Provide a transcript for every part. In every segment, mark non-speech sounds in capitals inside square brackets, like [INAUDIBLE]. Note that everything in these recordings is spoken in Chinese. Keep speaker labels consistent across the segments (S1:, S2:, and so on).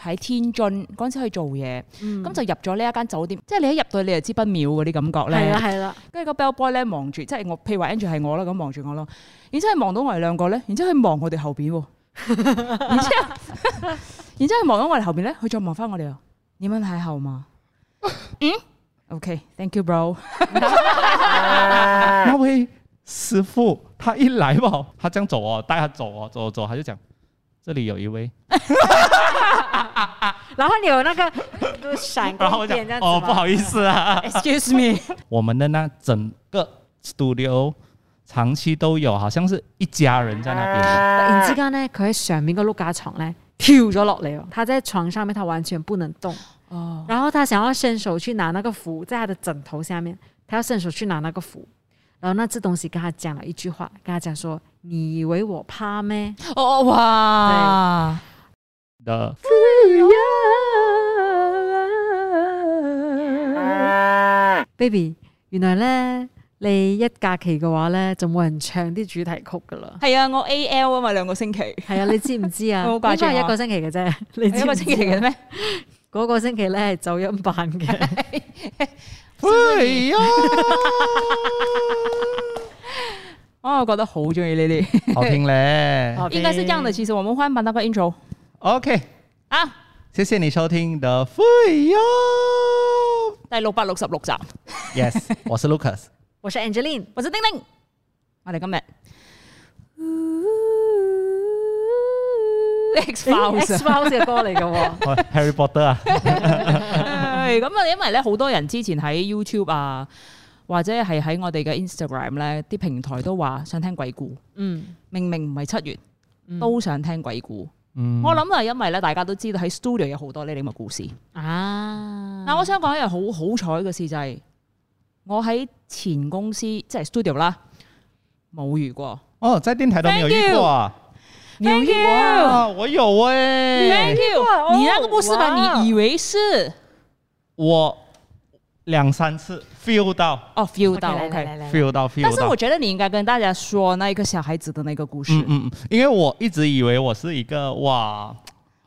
S1: 喺天津嗰陣時去做嘢，咁、
S2: 嗯
S1: 就入咗呢一間酒店，即係你一入到你就知不妙嗰啲感覺
S2: 係啊啦
S1: 咧。
S2: 係啦，
S1: 跟住個 bell boy 咧望住，即係我，譬如話 Andrew 係我啦，咁望住我咯。然之後佢望到我哋兩個咧，然之後佢望我哋後邊喎，然之後，
S2: [LAUGHS]
S1: 然之後佢望到我哋後邊咧，佢再望翻我哋啊，你們喺後嘛？嗯，OK，thank、y o u
S2: [LAUGHS]
S1: bro。
S2: 哎
S3: 那位师傅他一来吧，他这样走哦，带他走哦，走走，他就讲这里有一位，
S2: 然後你有那 [LAUGHS] 個就閃
S3: 然后我
S2: 光
S3: 讲
S2: 點這樣子
S3: 哦，
S2: 嘛
S3: 不好意，思
S2: [LAUGHS]
S3: 啊，
S1: Excuse me，
S3: 我们的那整个 studio 长期都有，好像是一家人在那边。
S2: 突然之間咧，佢喺上面個碌架床咧跳咗落嚟喎，他在床上面，他完全不能動。
S1: 哦，
S2: [LAUGHS] 然后他想要伸手去拿那个符，在他的枕头下面，他要伸手去拿那个符。然后那只东西跟他讲了一句话，跟他讲说：“你以为我怕 [LAUGHS] 咩
S1: 哦，哇！
S3: 的，
S2: ，baby？原來咧，你一假期嘅話咧，就冇人唱啲主題曲噶啦。
S1: 係啊，我 A L 啊嘛，兩個星期，
S2: [LAUGHS] 係啊，你知唔 [LAUGHS] 知啊？
S1: 我好
S2: 應
S1: 掛
S2: 該
S1: 住我
S2: 係一個星期嘅啫，你知啊
S1: 一
S2: 唔
S1: 個
S2: 知
S1: 星期嘅咩？
S2: 嗰個星期咧係走音版嘅。
S1: [LAUGHS]
S3: 喂
S2: [LAUGHS]
S3: 呀，
S1: 啊，我覺得好中意呢啲，
S3: 好聽嘞。
S2: 好
S1: 應該是這樣的。其實我們換版那個 intro
S3: OK，
S1: 啊，
S3: 谢谢你收听的费用。
S1: 第六百六十六集，
S3: Yes，我是 Lucas。
S2: 我是 Angeline， [LAUGHS]
S1: 我是丁丁，我哋今日 X
S2: 誒
S1: Files 啊
S2: X Files 嘅歌嚟嘅喎。
S1: [LAUGHS]
S3: 喂 Harry Potter
S2: [LAUGHS]
S3: 啊，
S1: 係咁啊，因為咧好多人之前喺 YouTube 啊，或者係喺我哋嘅 Instagram 咧，啲平台都話想聽鬼故，
S2: 嗯，
S1: 明明唔係七月，都想聽鬼故。
S3: 嗯
S1: 我諗係因為咧，大家都知道喺 studio 有好多呢啲咁嘅故事。
S2: 啊，
S1: 嗱，我想講一樣好好彩嘅事就係、我喺前公司即係 studio 啦，冇遇過。
S3: 哦，在電台都沒有遇過啊。
S1: 你有遇過
S3: 哇，啊我有哎、
S1: you，
S2: 哦
S1: 你那個不是吧？
S2: 哇
S1: 你以為是？
S3: 我兩三次 feel 到
S1: 哦，feel 到
S2: OK，來
S1: OK。
S2: 來來來
S3: feel 到 feel 到。
S1: 但是我覺得你應該跟大家說那一個小孩子的那個故事，
S3: 嗯嗯，嗯因為我一直以為我是一個哇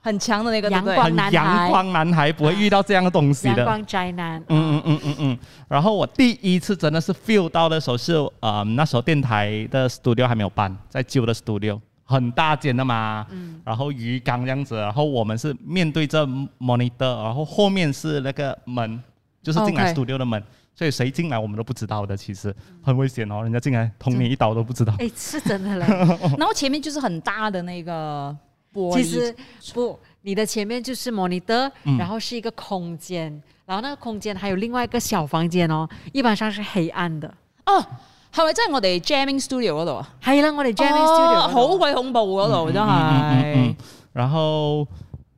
S1: 很強的那個，對不對
S2: 陽？光
S3: 很
S2: 男
S3: 陽
S2: 孩
S3: 光男孩，不會遇到這樣的東西
S2: 陽
S3: 的。
S2: 光哦宅男，
S3: 嗯嗯嗯嗯嗯，然後我第一次真的是 feel 到的時候是，呃，那時候電台的 studio 還沒有搬，在舊的 studio，很大間的嘛，
S2: 嗯
S3: 然後魚缸這樣子，然後我們是面對着 monitor，然後後面是那個門，就是進來
S2: 哦
S1: OK
S3: studio 的門所以誰進來我們都不知道的，其
S2: 嗯
S3: 實很危險哦，人家進來捅你一刀都不知道。
S2: 哎，是真的
S3: [LAUGHS]
S2: 嘞。
S1: 然後前面就是很大的那個玻璃，
S2: 其實不，你的前面就是 monitor，然
S3: 嗯
S2: 後是一個空間，然後那個空間還有另外一個小房間哦，一般上是黑暗的。
S1: 哦，係咪真係我哋 jamming studio 嗰度啊
S2: 係啦，我哋 jamming studio
S1: 哦好鬼恐怖嗰度真
S2: 哎
S1: 係。
S3: 嗯然後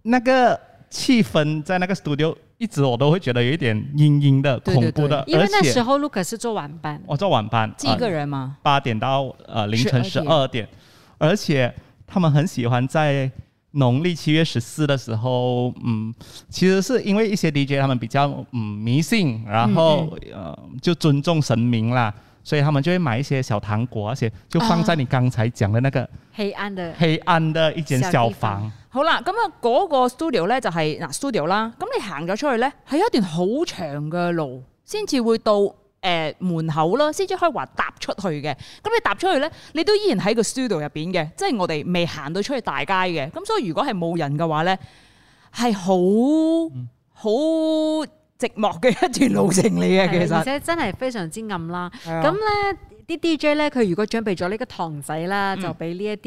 S3: 那個氣氛在那個 studio，一直我都會覺得有一點陰陰的、
S1: 對對
S3: 恐怖的，
S2: 因為
S3: 而
S2: 那
S3: 且哦
S2: 時候 Lucas 是做晚班，
S3: 我做晚班，呃
S1: 自己一個人嘛，
S3: 八点到呃凌晨十
S1: 12
S3: 二点，而且他们很喜欢在农历七月十四的时候，嗯，其实是因为一些 DJ 他们比较嗯迷信，然后、呃就尊重神明啦，所以他们就会买一些小糖果，而且就放在你刚才讲的那个
S2: 黑暗的，
S3: 黑暗的一间小
S2: 小地
S3: 房
S2: 方，
S1: 好啦，咁啊嗰個 studio 咧就係、嗱 studio 啦，咁你行咗出去咧係一段好長嘅路，先至會到誒、呃、門口啦，先至可以話踏出去嘅。咁你踏出去咧，你都依然喺個 studio 入邊嘅，即係我哋未行到出去大街嘅。咁所以如果係冇人嘅話咧，係好
S2: 嗯
S1: 好寂寞嘅一段路程嚟嘅，
S2: 係
S1: 其
S2: 啦而
S1: 實。
S2: 且真係非常之暗啦。
S1: 咁
S2: 咁咧啲 DJ 咧，佢如果準備咗呢個糖仔啦，就俾呢一啲誒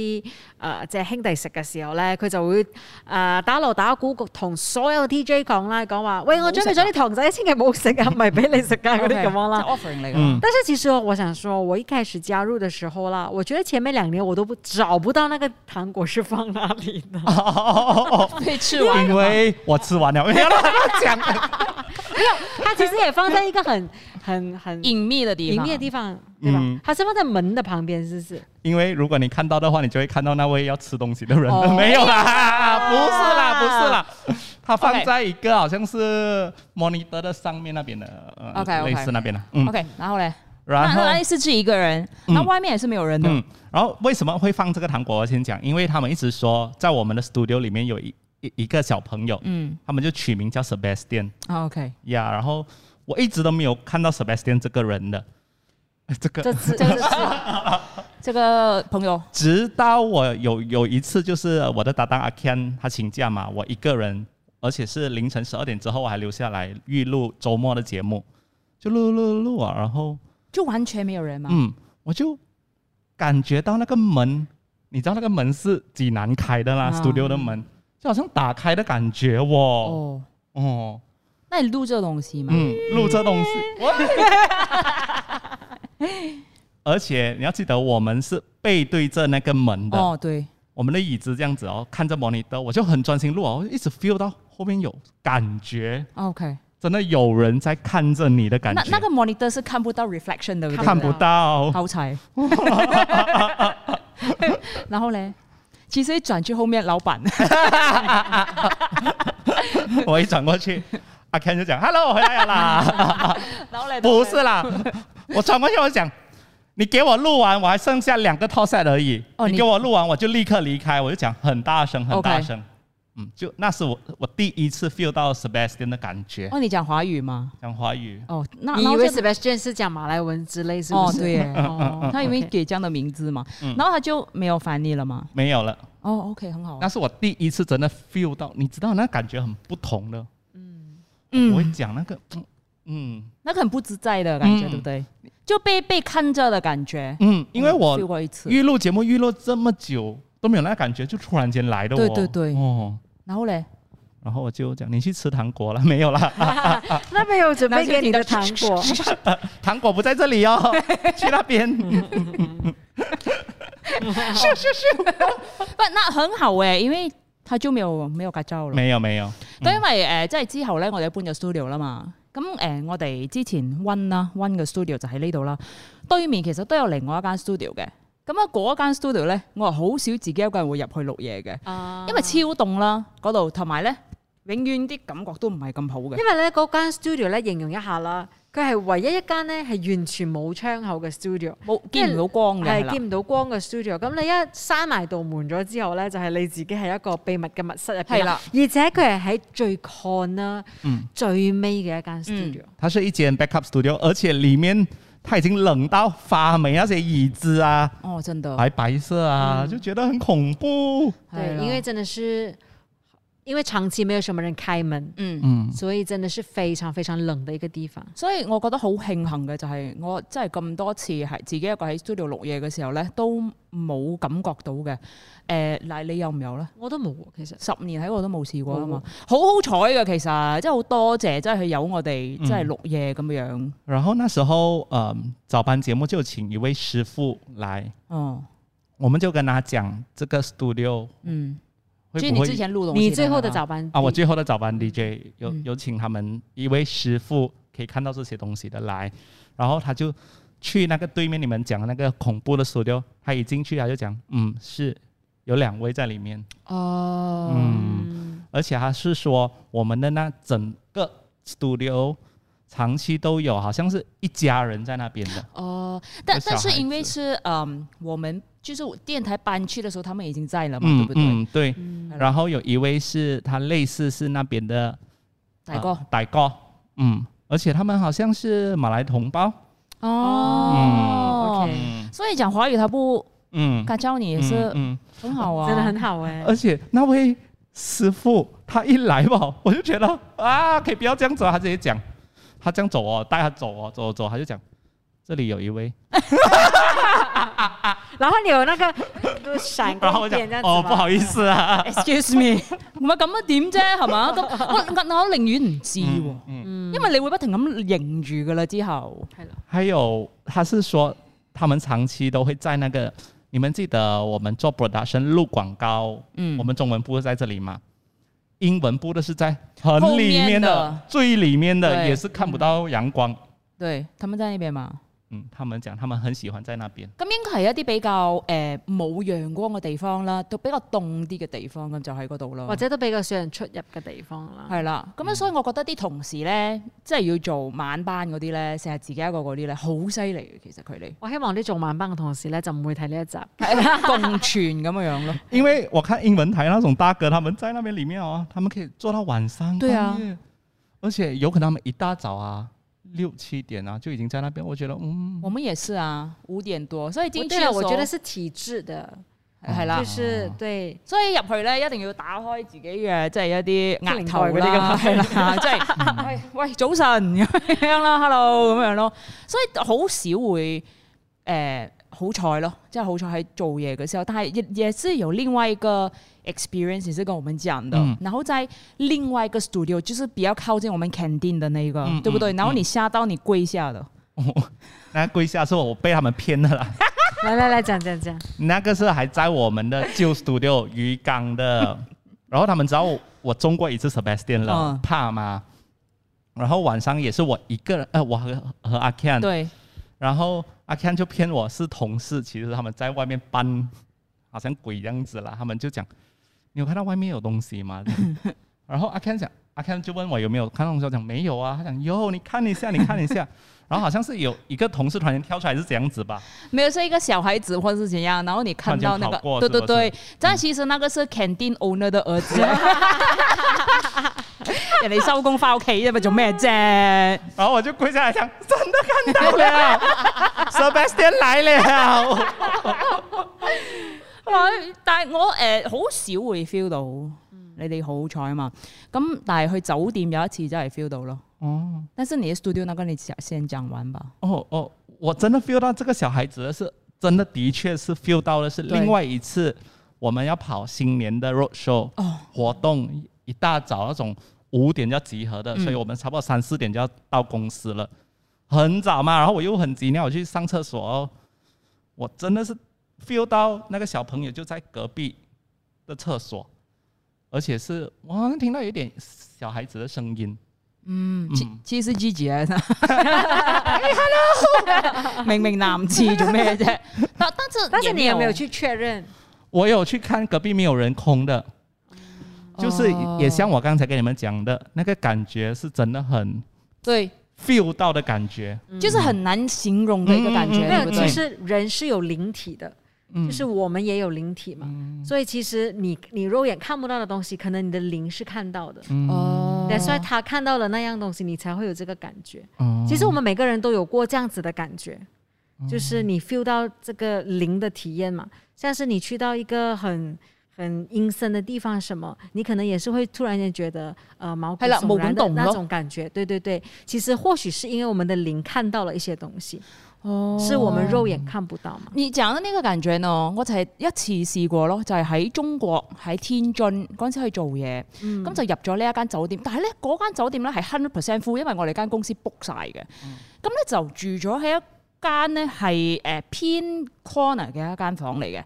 S2: 即係兄弟食嘅時候咧，佢就會誒、呃打鑼打鼓同所有 DJ 講啦，講話喂，我準備咗啲糖仔，千祈唔好食啊，唔係俾你食㗎嗰啲咁樣啦。
S1: ，offering 嚟嘅。
S3: 嗯， [LAUGHS]
S2: 但是其實我想說，我一開始加入的時候啦，我覺得前面兩年我都不找不到那個糖果是放哪裡的，
S1: 被吃完
S2: [LAUGHS]
S3: 因為我吃完了，不要乱讲，
S2: 它其實也放在一個很很很
S1: 隱
S2: 隱
S1: 秘的地方，
S2: 秘的地方，對吧？
S3: 嗯
S2: 它是放在門的旁邊，是不是？
S3: 因為如果你看到的話，你就會看到那位要吃東西的人。 [LAUGHS]
S2: 哦
S3: 沒有啦，不是啦，
S1: 啊
S3: 不是啦，他放
S1: OK
S3: 在一個好像是 monitor 的上面那邊的呃
S1: OK，OK
S3: 類似那邊的，嗯
S1: OK，然後咧，
S3: 然嗯後
S1: 那那是自己一個人，那外面也是沒有人
S3: 嗯
S1: 的。
S3: 嗯，然後為什麼會放這個糖果？我先講，因為他們一直說在我們的 studio 裡面有一一一个小朋友，
S1: 嗯
S3: 他们就取名叫 Sebastian
S1: 啊，OK，
S3: [LAUGHS] 呀、然后我一直都没有看到 Sebastian 这个人的， [LAUGHS] 这个
S2: 这
S1: [LAUGHS]
S2: 次
S1: 这个是这个朋友，
S3: 直到我有有一次，就是我的搭档阿 Ken 他请假嘛，我一个人，而且是凌晨十二点之后，我还留下来预录周末的节目，就录录录录啊，然后
S1: 就完全没有人嘛，
S3: 嗯，我就感觉到那个门，你知道那个门是济南开的啦、
S1: 啊
S3: s t u d i o 的门，就好像打开的感觉哦，
S1: 哦，
S3: 哦，
S1: 那你录这个东西嘛，
S3: 嗯，录这东西，而且你要记得，我们是背对着那个门的。
S1: 哦，对，
S3: 我们的椅子这样子哦，看着 monitor，我就很专心录哦，我就一直 feel 到后面有感觉，
S1: OK，
S3: 真的有人在看着你的感
S1: 那
S3: 觉，
S1: 那个 monitor 是看不到 reflection 的，对不对
S3: 看不到。
S1: 好彩。然后嘞，其实一转去后面，老板
S3: 我一转
S1: [LAUGHS]
S3: 过去，阿 Ken 就讲 “hello，我回来了啦
S1: 然后嘞”，
S3: 不是啦，我转过去我讲。你给我录完，我还剩下两个 top set 而已。
S1: 哦
S3: 你
S1: 你
S3: 给我录完，我就立刻离开。我就讲很大声，很大
S1: OK
S3: 声。嗯，就那是我我第一次 feel 到 Sebastian 的感觉。
S1: 哦，你讲华语吗？
S3: 讲华语，
S1: 哦，那
S2: 你
S1: 然
S2: 以
S1: 后
S2: 为
S1: 就
S2: Sebastian 是讲马来文之类是不
S1: 哦
S2: 是？
S1: 对耶，
S2: 哦
S1: [LAUGHS] 他因为
S2: OK
S1: 给这样的名字嘛，
S3: 嗯
S1: 然后他就没有烦你了嘛。
S3: 没有了。
S1: 哦，OK，很好啊
S3: 那。是我第一次真的 feel 到，你知道那感觉很不同的。我会
S1: 嗯，
S3: 讲那个，嗯嗯
S1: 那个很不自在的感觉，
S3: 嗯
S1: 对不对？就被被看着的感觉。
S3: 嗯，因为
S1: 嗯，feel
S3: 我
S1: 过一次，
S3: 预录节目预录这么久都没有那感觉，就突然间来的哦。
S1: 对对对
S3: 哦，
S1: 然后嘞，
S3: 然后我就讲你去吃糖果了没
S1: [LAUGHS]
S3: 有啦？
S2: 那边有准备给你的糖果，
S3: 糖果不在这
S1: [LAUGHS]
S3: 里哦，去那边。
S1: 不，那很好诶，因为他就没有没有隔招啦。
S3: 没有没有，
S1: 都因為誒、呃即係之後咧，我哋搬咗 studio 啦嘛。咁誒、呃我哋之前 One 啦，One 嘅 studio 就喺呢度啦。對面其實都有另外一間 studio 嘅。咁啊，嗰一間 studio 咧，我係好少自己一個人會入去錄嘢嘅，因為超凍啦嗰度，同埋咧永遠啲感覺都唔係咁好嘅
S2: [LAUGHS] 因。為咧嗰間 studio 咧形容一下啦，佢係唯一一間咧係完全冇窗口嘅 studio。
S1: 冇見唔到光嘅，係
S2: 係
S1: 啦，
S2: 見唔到光嘅 studio，咁你一閂埋道門咗之後咧，就係、你自己係一個秘密嘅密室入邊
S1: 係啦，
S2: 而且佢係喺最 con 啦、
S3: 嗯
S2: 最尾嘅一間 studio，、
S1: 嗯
S3: 它是一间 backup studio，而且里面它已经冷到发霉，那些椅子啊，
S1: 哦，嗯真的，
S3: 白白色啊，就觉得很恐怖。
S1: 係啦
S2: 對，因為真的是因為長期沒有什麼人開門，
S1: 嗯。
S3: 嗯，
S2: 所以真的是非常非常冷的一個地方。
S1: 所以我覺得好慶幸嘅就係我真係咁多次係自己一個喺 studio 錄嘢嘅時候咧，都冇感覺到嘅。誒、嗱，你有唔有咧？
S2: 我都冇喎，其實
S1: 十年喺我都冇試過啊嘛
S3: 哦
S2: 冇，
S1: 好好彩嘅其實，真係好多謝，真係佢有我
S3: 嗯
S1: 哋，真係錄嘢咁樣。
S3: 然后那时候，嗯，早班节目就请一位师傅来，
S1: 哦，
S3: 我们就跟他讲这个 studio
S1: 嗯，所
S3: 会
S1: 以
S3: 不
S1: 你之
S3: 会
S1: 前錄東西
S2: 你最後的
S1: 嚟㗎嘛
S2: 早班
S3: 啊？我最后的早班 DJ 有
S1: 嗯
S3: 有请他们一位师傅可以看到这些东西的来，然后他就去那个对面你们讲的那个恐怖的 studio，他一进去他就讲，嗯，是有两位在里面，
S1: 哦，
S2: 嗯
S3: 而且他是说我们的那整个 studio 长期都有，好像是一家人在那边的。
S1: 哦，但
S3: 有小
S1: 但是
S3: 孩
S1: 因為
S3: 子
S1: 是嗯，我們就是電台搬去的時候，他們已經在了嘛，對
S3: 嗯
S1: 不對？
S3: 嗯，对。
S2: 嗯
S3: 然后有一位是他类似是那边的
S1: 大哥，
S3: 呃大哥，嗯，而且他们好像是马来同胞，
S1: 哦
S2: 嗯，OK
S3: 嗯
S1: 所以講華語，他不
S3: 嗯，
S1: 尬教你也是
S3: 嗯
S1: 很好 [LAUGHS] 啊，
S2: 真的很好哎、
S3: 嗯而 [LAUGHS] 且那位师傅他一来吧， [LAUGHS] 我就觉得啊，可以不要这样走啊，他直接讲，他这样走哦，带他走哦，走走，他就讲这里有一位，
S2: 然後你有那個閃
S3: 然后我
S2: 光
S3: 讲
S2: 點這樣子
S3: 哦，
S2: 嗎
S3: 不好意思啊，
S1: Excuse me，唔係咁啊點啫，係嘛？ [LAUGHS] 咁我我我寧願唔知喎，
S3: 嗯，
S1: 因為你會不停咁認住噶啦之後。
S2: 係啦
S3: 还有他是说他们长期都会在那个。你们记得我们做 production 录广告，
S1: 嗯
S3: 我们中文部是在这里嘛，英文部的是在很
S1: 后面
S3: 里面的、
S1: 的
S3: 最里面的，
S1: 对
S3: 也是看不到阳光。
S1: 啊对，他们在那边嘛。
S3: 嗯，他们讲他们很喜欢在那边。
S1: 咁應該係一啲比較誒冇、陽光嘅地方啦，都比較凍啲嘅地方，咁就喺嗰度咯。
S2: 或者都比較少人出入嘅地方啦。
S3: 哦
S1: 係啦，咁樣啊所以我覺得啲同事咧，即係要做晚班嗰啲咧，成日自己一個嗰啲咧，好犀利嘅。其實佢 [LAUGHS] 哋
S2: 我希望啲做晚班嘅同事咧就唔會睇呢一集。
S1: 係共存咁樣樣咯。
S3: 因为我看英文台那种大哥，他们在那边里面哦，他们可以做到晚上，
S1: 对啊
S3: 半夜，而且有可能他们一大早啊，六七点啊就已经在那边。我觉得，嗯，
S1: 我們也是啊，五點多，所以進去
S2: 對啦
S1: 嘅時
S2: 我覺
S1: 候哎
S2: 得是體質的，
S1: 係啦
S2: 就。
S3: 哦
S2: 是對。
S1: 所以入去咧，一定要打開自己嘅即係一啲額頭
S2: 即係另
S1: [LAUGHS] 啦，
S2: 外嗰啲
S1: 係啦，即係喂喂早晨咁樣啦，hello 咁樣咯。所以好少會誒好彩咯，即係好彩喺做嘢嘅時候，但係也也是有另外一個 experience 也是跟我們講的，
S3: 嗯
S1: 然後在另外一個 studio 就是比較靠近我們 canteen 的那一個，
S3: 嗯
S1: 對不對？
S3: 嗯
S1: 然後你下到你跪下的，
S3: 那跪下是我被他们骗的啦。
S2: 來來來，講講
S1: [LAUGHS]
S2: 講。
S3: 那个是还在我们的旧 studio 鱼缸的，然后他们知道我我中过一次 Sebastian 了，
S1: 嗯
S3: 怕吗？然后晚上也是我一个人，呃，我和和阿 Ken，
S1: 對，
S3: 然后阿 Ken 就骗我是同事，其实他们在外面搬，好像鬼样子啦。他们就讲，你有看到外面有东西吗？然后阿 Ken 讲，阿 Ken 就问我有没有看到东西，我讲没有啊。他讲有，你看一下，你看一下。然后好像是有一个同事突然间跳出来是这样子吧？
S1: 没有是一個小孩子或是怎樣，然後你看到那
S3: 突然間跑
S1: 個，
S3: 過
S1: 對對
S3: 是不是
S1: 對，但其實那個是 canteen owner 的兒子。 [LAUGHS] 人哋收工翻屋企啫嘛，做咩啫？
S3: 然后我就跪下来讲，真的看到了，Sebastian 来了。
S1: 但係我诶好、少會 feel 到，你哋好彩啊嘛。咁但係去酒店有一次真係 feel 到咯。
S3: 哦
S1: 但是你的 studio 那個你先先講完吧。
S3: [LAUGHS] 哦哦，我真的 feel 到这个小孩子的是真的，的确是 feel 到的是
S1: 对
S3: 另外一次我们要跑新年的 road show
S1: 哦
S3: 活动，一大早那种五点就要集合的，所以我们差不多三四点就要到公司了，很早嘛。然后我又很急尿，我去上厕所哦，我真的是 feel 到那个小朋友就在隔壁的厕所，而且是我好像听到有点小孩子的声音。
S1: 嗯，其其實 Gigi [LAUGHS] 啊哎，hello，明明男廁做咩啫？但但是
S2: 但是你有沒有
S1: 也
S2: 去確認？
S3: 我有去看隔壁没有人空的，就是
S1: 哦
S3: 也像我刚才跟你们讲的那个感觉，是真的很
S1: 對？
S3: feel 到的感觉。
S1: 就是很難形容的一個感覺，
S2: 沒
S3: 嗯嗯嗯
S1: 對
S2: 有，
S1: 不
S2: 其
S1: 對？
S2: 實人是有靈體的，
S3: 嗯
S2: 就是我們也有靈體嘛。所以其實你你肉眼看不到的東西，可能你的靈是看到的。
S3: 嗯
S1: 哦哦
S2: 但所以他看到了那樣東西，你才會有這個感覺。
S3: 嗯
S2: 其實我們每個人都有過這樣子的感覺，就是你 feel 到這個靈的體驗嘛。像是你去到一個很很陰森的地方，什麼，你可能也是會突然間覺得呃毛骨
S1: 係啦
S2: 悚
S1: 毛
S2: 然的
S1: 管戙咯
S2: 那種感覺。對對對，其實或許是因為我們的靈看到了一些東西，
S1: 哦
S2: 是我們肉眼看不到嘛。
S1: 你講得呢個感覺呢，我就係一次試過咯，就係、喺中國喺天津嗰陣時去做嘢，咁、就入咗呢一間酒店，但係咧嗰間酒店咧係 hundred percent full，因為我哋間公司 book 晒嘅，咁咧、
S3: 嗯
S1: 就住咗喺一間咧係誒呃偏 corner 嘅一間房嚟嘅，誒、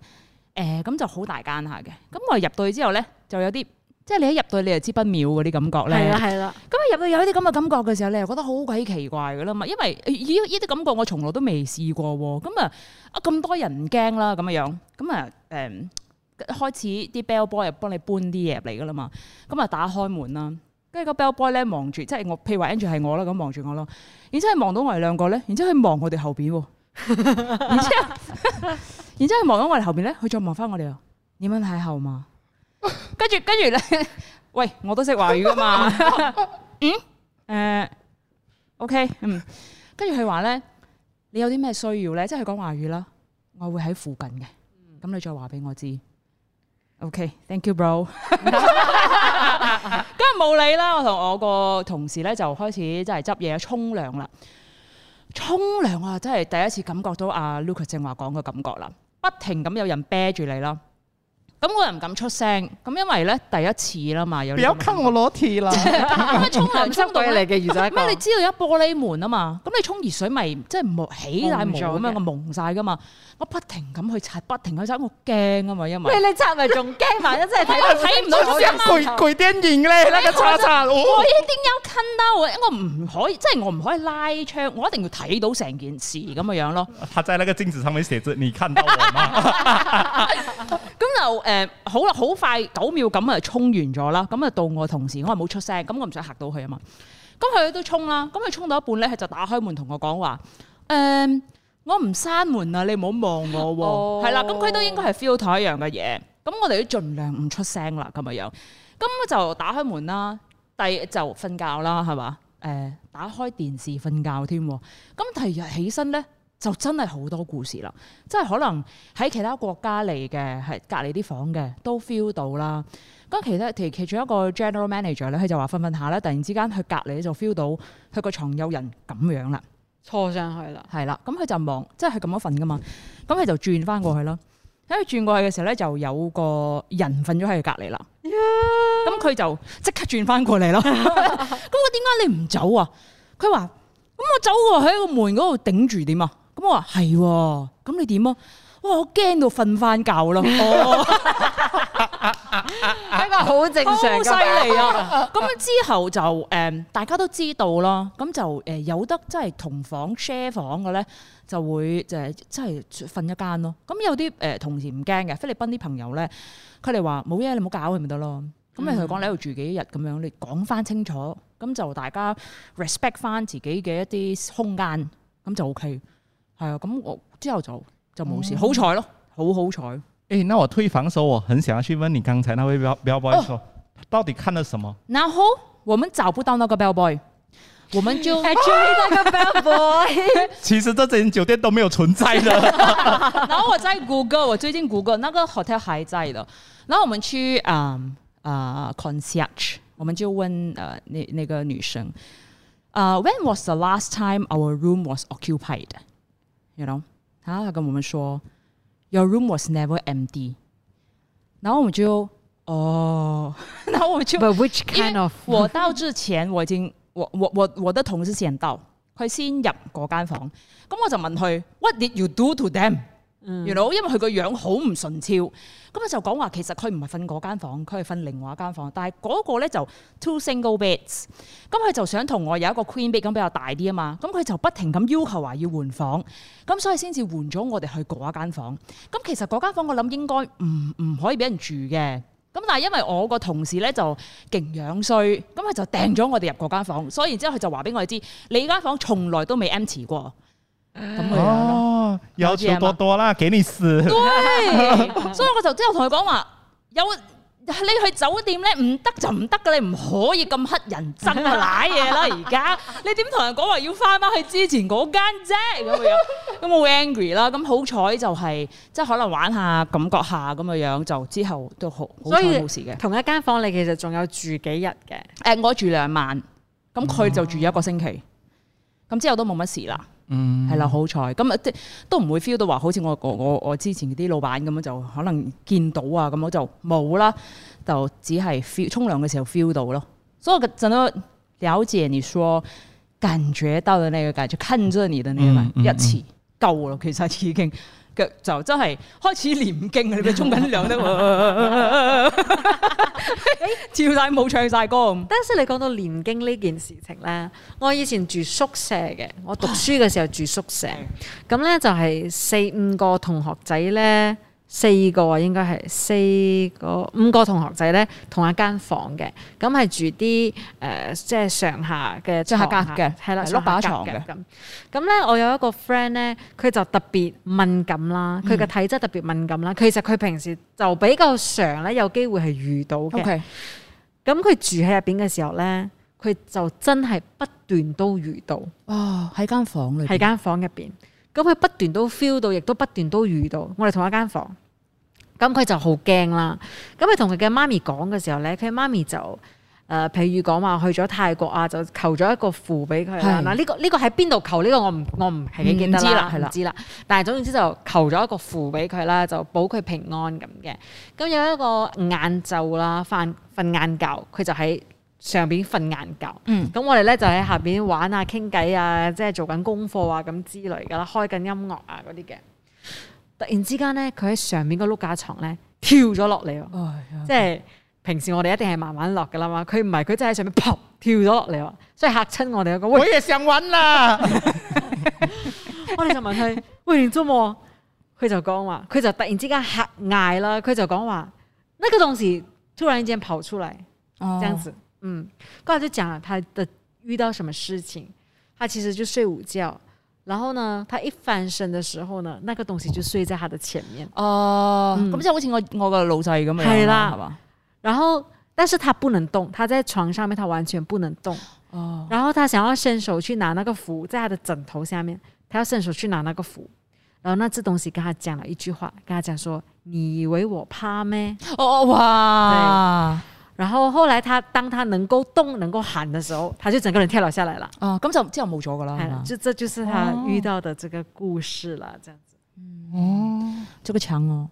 S1: 呃咁就好大間下嘅，咁我哋入到去之後咧就有啲。即係你一入到去你就知不妙嗰啲感覺
S2: 係
S1: 咧
S2: 啦，係啦，
S1: 咁啊入到有啲咁嘅感覺嘅時候，你又覺得好鬼奇怪噶啦嘛，因為呃依依啲感覺我從來都未試過喎。咁啊啊咁多人唔驚啦咁樣樣，咁啊誒開始啲 bell boy 又幫你搬啲嘢入嚟噶啦嘛，咁啊打開門啦。跟住個 bell boy 咧望住，即係我，譬如話 Andrew 係我啦，咁望住我咯。然之後佢望到我哋兩個咧，然之後佢望我哋後邊喎。然之後，然之後佢望到我哋後邊咧，佢再望翻我哋喎。你們喺後嘛？跟住跟住咧， [LAUGHS] 喂，我都識華語噶嘛。嗯，誒、o k 嗯。跟住佢話咧，你有啲咩需要咧？即係佢講華語啦，我會喺附近嘅，咁你再話俾我知。OK，thank、you bro。跟住冇理啦，我同我個同事咧就開始即係執嘢沖涼啦。沖涼啊，真係第一次感覺到阿 Lucas 正話講嘅感覺啦，不停咁有人啤住你啦。咁我又唔敢出聲，咁因為咧第一次啦嘛，有
S3: 不
S1: 呢個
S3: 要
S1: 問
S3: 看我裸體啦，
S1: 題咁啊沖
S2: 鹹
S1: 涼
S2: 濕
S1: 沖到
S2: 鬼
S1: 咧
S2: 嚟。嘅魚仔
S1: 咩？你
S2: 講，
S1: 知道有玻璃門啊嘛，咁你沖熱水咪即係冇起晒
S2: 蒙
S1: 毛
S2: 咗
S1: 咁
S2: 嘅
S1: 樣，我蒙晒噶嘛。我不停咁去擦，不停去擦，我驚啊嘛，因為
S2: 你擦咪仲驚埋，
S1: [LAUGHS]
S2: 真係睇
S1: 我睇唔到
S2: 好
S3: 像鬼鬼電影咧，那個叉叉哦。
S1: 我一定要近到啊！我唔可以，即係我唔可以拉窗，我一定要睇到成件事咁嘅樣咯。
S3: 他在那個鏡子上面寫着：“你看到我嗎
S1: 咁就誒、呃好啦，好快九秒咁啊，沖完咗啦。咁啊到我同事，我係冇出聲，咁我唔想嚇到佢啊嘛。咁佢都沖啦，咁佢沖到一半咧，佢就打開門同我講話誒，我唔閂門啊，你唔好望
S2: 哦
S1: 我喎。係啦、咁佢都應該係 feel 同一樣嘅嘢。咁我哋都盡量唔出聲啦，咁嘅樣。咁就打開門啦，第就瞓覺啦，係嘛？誒、打開電視瞓覺添喎。咁第二日起身咧，就真係好多故事啦。即係可能喺其他國家嚟嘅，係隔離啲房嘅都 feel 到啦。咁其他其其中一個 general manager 咧，佢就話瞓瞓下咧，突然之間佢隔離就 feel到佢個床有人咁樣啦，
S2: 錯上去啦。
S1: 係啦。咁佢就望，即係佢咁樣瞓噶嘛。咁佢就轉翻過去啦。喺佢轉過去嘅時候咧，就有個人瞓咗喺佢隔離啦。咁佢就即刻轉翻過嚟
S2: [LAUGHS]
S1: 咯。咁我點解你唔走啊？佢話：咁我走喎，喺個門嗰度頂住點啊？咁我話係喎，咁你點啊？哇！我驚到瞓翻覺
S2: [LAUGHS]
S1: 咯，哦，
S2: 一個好正常
S1: 好
S2: 嘅
S1: 犀利啊！咁之後就誒、大家都知道啦，咁就誒、有得即係同房 share 房嘅咧，就會就係即係瞓一間咯。咁有啲誒、同事唔驚嘅，菲律賓啲朋友咧，佢哋話冇嘢，你唔好搞佢咪得咯。咁你同佢講你喺度住幾日咁樣，你講翻清楚，咁就大家 respect 翻自己嘅一啲空間，咁就 OK。係啊，咁我之後就就冇事，好彩咯，好好彩。？”
S3: 哎，那我退房的時候，我很想要去問你剛才那位標標 boy 說，他到底看了什么？
S1: 然後我們找不到那個 bell boy，我們 [LAUGHS] 就
S2: Actually，那個 bell boy
S3: 其實這間酒店都沒有存在的。
S1: [LAUGHS] 然后我在谷歌，我最近谷歌那个 hotel 还在的。然后我们去啊啊 concierge，我们就问呃那那个女生，呃 When was the last time our room was occupied? You know，然后她跟我们说，Your room was never empty。然后我们就哦， [LAUGHS] 然后我们就
S2: ，but which
S1: 因
S2: kind
S1: 為
S2: of [LAUGHS]
S1: 我到之前我已經我我我我的同事先到，佢先入嗰間房，咁我就問佢 What did you do to them？原來因為佢個樣好唔順超，咁我就講話其實佢唔係瞓嗰間房，佢係瞓另外一間房，但係嗰個咧就 two single beds，咁佢就想同我有一個 queen bed 咁比較大啲啊嘛，咁佢就不停咁要求話要換房，咁所以先至換咗我哋去嗰一間房。咁其實嗰間房我諗應該唔唔可以俾人住嘅。咁但係因為我個同事咧就勁樣衰，咁佢就掟咗我哋入嗰間房，所以然之後佢就話俾我哋知，你間房從來都未 empty 過。咁佢咯，
S3: 哦，要求多多啦，給你
S2: [LAUGHS]
S3: 死。
S1: 對，所以我就之後同佢講話，有你去酒店咧唔得就唔得噶，你唔可以咁乞人憎啊，賴嘢啦
S2: [LAUGHS]
S1: 而家，你點同人講話要翻翻去之前嗰間啫咁樣，咁我好 angry 啦，咁好彩就係、即係可能玩下感覺下咁嘅樣，就之後都好好
S2: 所
S1: 彩
S2: 以
S1: 冇事嘅。
S2: 同一間房你其實仲有住幾日嘅，
S1: 誒、我住兩晚，咁佢就住一個星期，咁之後都冇乜事啦，
S3: 嗯，
S1: 係啦、好彩，咁啊即都唔會 feel 到話好似我我我我之前啲老闆咁樣就可能見到啊，咁我就冇啦，就只係 feel 沖涼嘅時候 feel 到咯，所以我真的了解你說感覺到的那個感覺，看着你的那個感
S3: 嗯嗯
S1: 一次夠啦，其實已經嘅就真係開始念經啊！你咪沖緊涼得，跳晒舞唱晒歌咁。
S2: 但是你講到念經呢件事情呢，我以前住宿舍嘅，我讀書嘅時候住宿舍，
S1: 哦
S2: 咁呢就係四五個同學仔呢，四個啊應該係四個五個同學仔呢，同一間房嘅，咁係住啲誒、呃即係上下嘅
S1: 上下
S2: 床
S1: 格嘅
S2: 係啦，
S1: 係
S2: 上
S1: 碌
S2: 下
S1: 把
S2: 格
S1: 床嘅
S2: 咁。咁呢，我有一個 friend 呢，佢就特別敏感啦，
S1: 嗯
S2: 佢嘅體質特別敏感啦，其實佢平時就比較常呢，有機會係遇到嘅。咁佢住喺入邊嘅時候呢，佢就真係不斷都遇到
S1: 哇！喺間房裏邊
S2: 喺間房入邊。咁佢不斷都 feel 到，亦都不斷都遇到。我哋同一間房，咁佢就好驚啦。咁佢同佢嘅媽咪講嘅時候呢，佢媽咪就誒、誒，譬如講話去咗泰國啊，就求咗一個符俾佢啦。
S1: 係
S2: 嗱，呢個呢個喺邊度求？呢個我唔我唔係幾記得
S1: 嗯唔知啦
S2: 啦，
S1: 係
S2: 唔
S1: 啦
S2: 知啦。但係總言之就求咗一個符俾佢啦，就保佢平安咁嘅。咁有一個晏晝啦，瞓瞓晏覺，佢就喺上邊瞓晏覺。
S1: 嗯，
S2: 咁我哋咧就喺下邊玩啊、傾偈啊，即係做緊功課啊咁之類噶啦，開緊音樂啊嗰啲嘅。突然之間咧，佢喺上面個碌架床咧跳咗落嚟喎，即係平時我哋一定係慢慢落噶啦嘛，佢唔係，佢真係喺上面砰跳咗落嚟喎，所以嚇親我哋有個
S3: 我
S2: 喂，
S3: 也想玩啦。
S2: [LAUGHS] 我哋就問佢喂你做麼？佢就講話，佢就突然之間嚇嗌啦，佢就講話那個東西突然間跑出來。
S1: 哦
S2: 这样子。嗯，刚才就讲了他的遇到什么事情，他其实就睡午觉，然后呢，他一翻身的时候呢，那个东西就睡在他的前面，
S1: 哦，
S2: 嗯
S1: 咁即係好似我我個老細咁樣啦，
S2: 係啦
S1: 係嘛？
S2: 然后但是他不能动，他在床上面他完全不能动，
S1: 哦，
S2: 然后他想要伸手去拿那个符，在他的枕头下面，他要伸手去拿那个符，然后那只东西跟他讲了一句话，跟他讲说：“你以为我怕咩？”
S1: 哦哇，
S2: 然后后来他当他能够动、能够喊的时候，他就整个人跳了下来了。
S1: 哦咁就之後冇咗噶啦，
S2: 哎
S1: 係嘛
S2: 就这就是他
S1: 哦
S2: 遇到的这个故事了，这样子。
S1: 即刻搶我。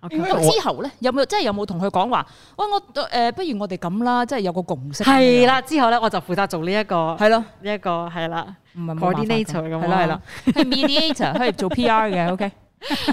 S2: OK，
S3: 哦因
S2: [LAUGHS]
S3: 为
S1: 咁之後咧，有冇即係有冇同佢講話？喂，我誒、呃不如我哋咁啦，即係有個共識。
S2: 系，啦，哎之後咧我就負責做呢、一個
S1: 係咯，
S2: 呢一個係啦，
S1: 唔係冇辦法㗎
S2: coordinator 咁
S1: 係啦係啦
S2: 啦，，
S1: 係 mediator，佢係做 PR 嘅。OK，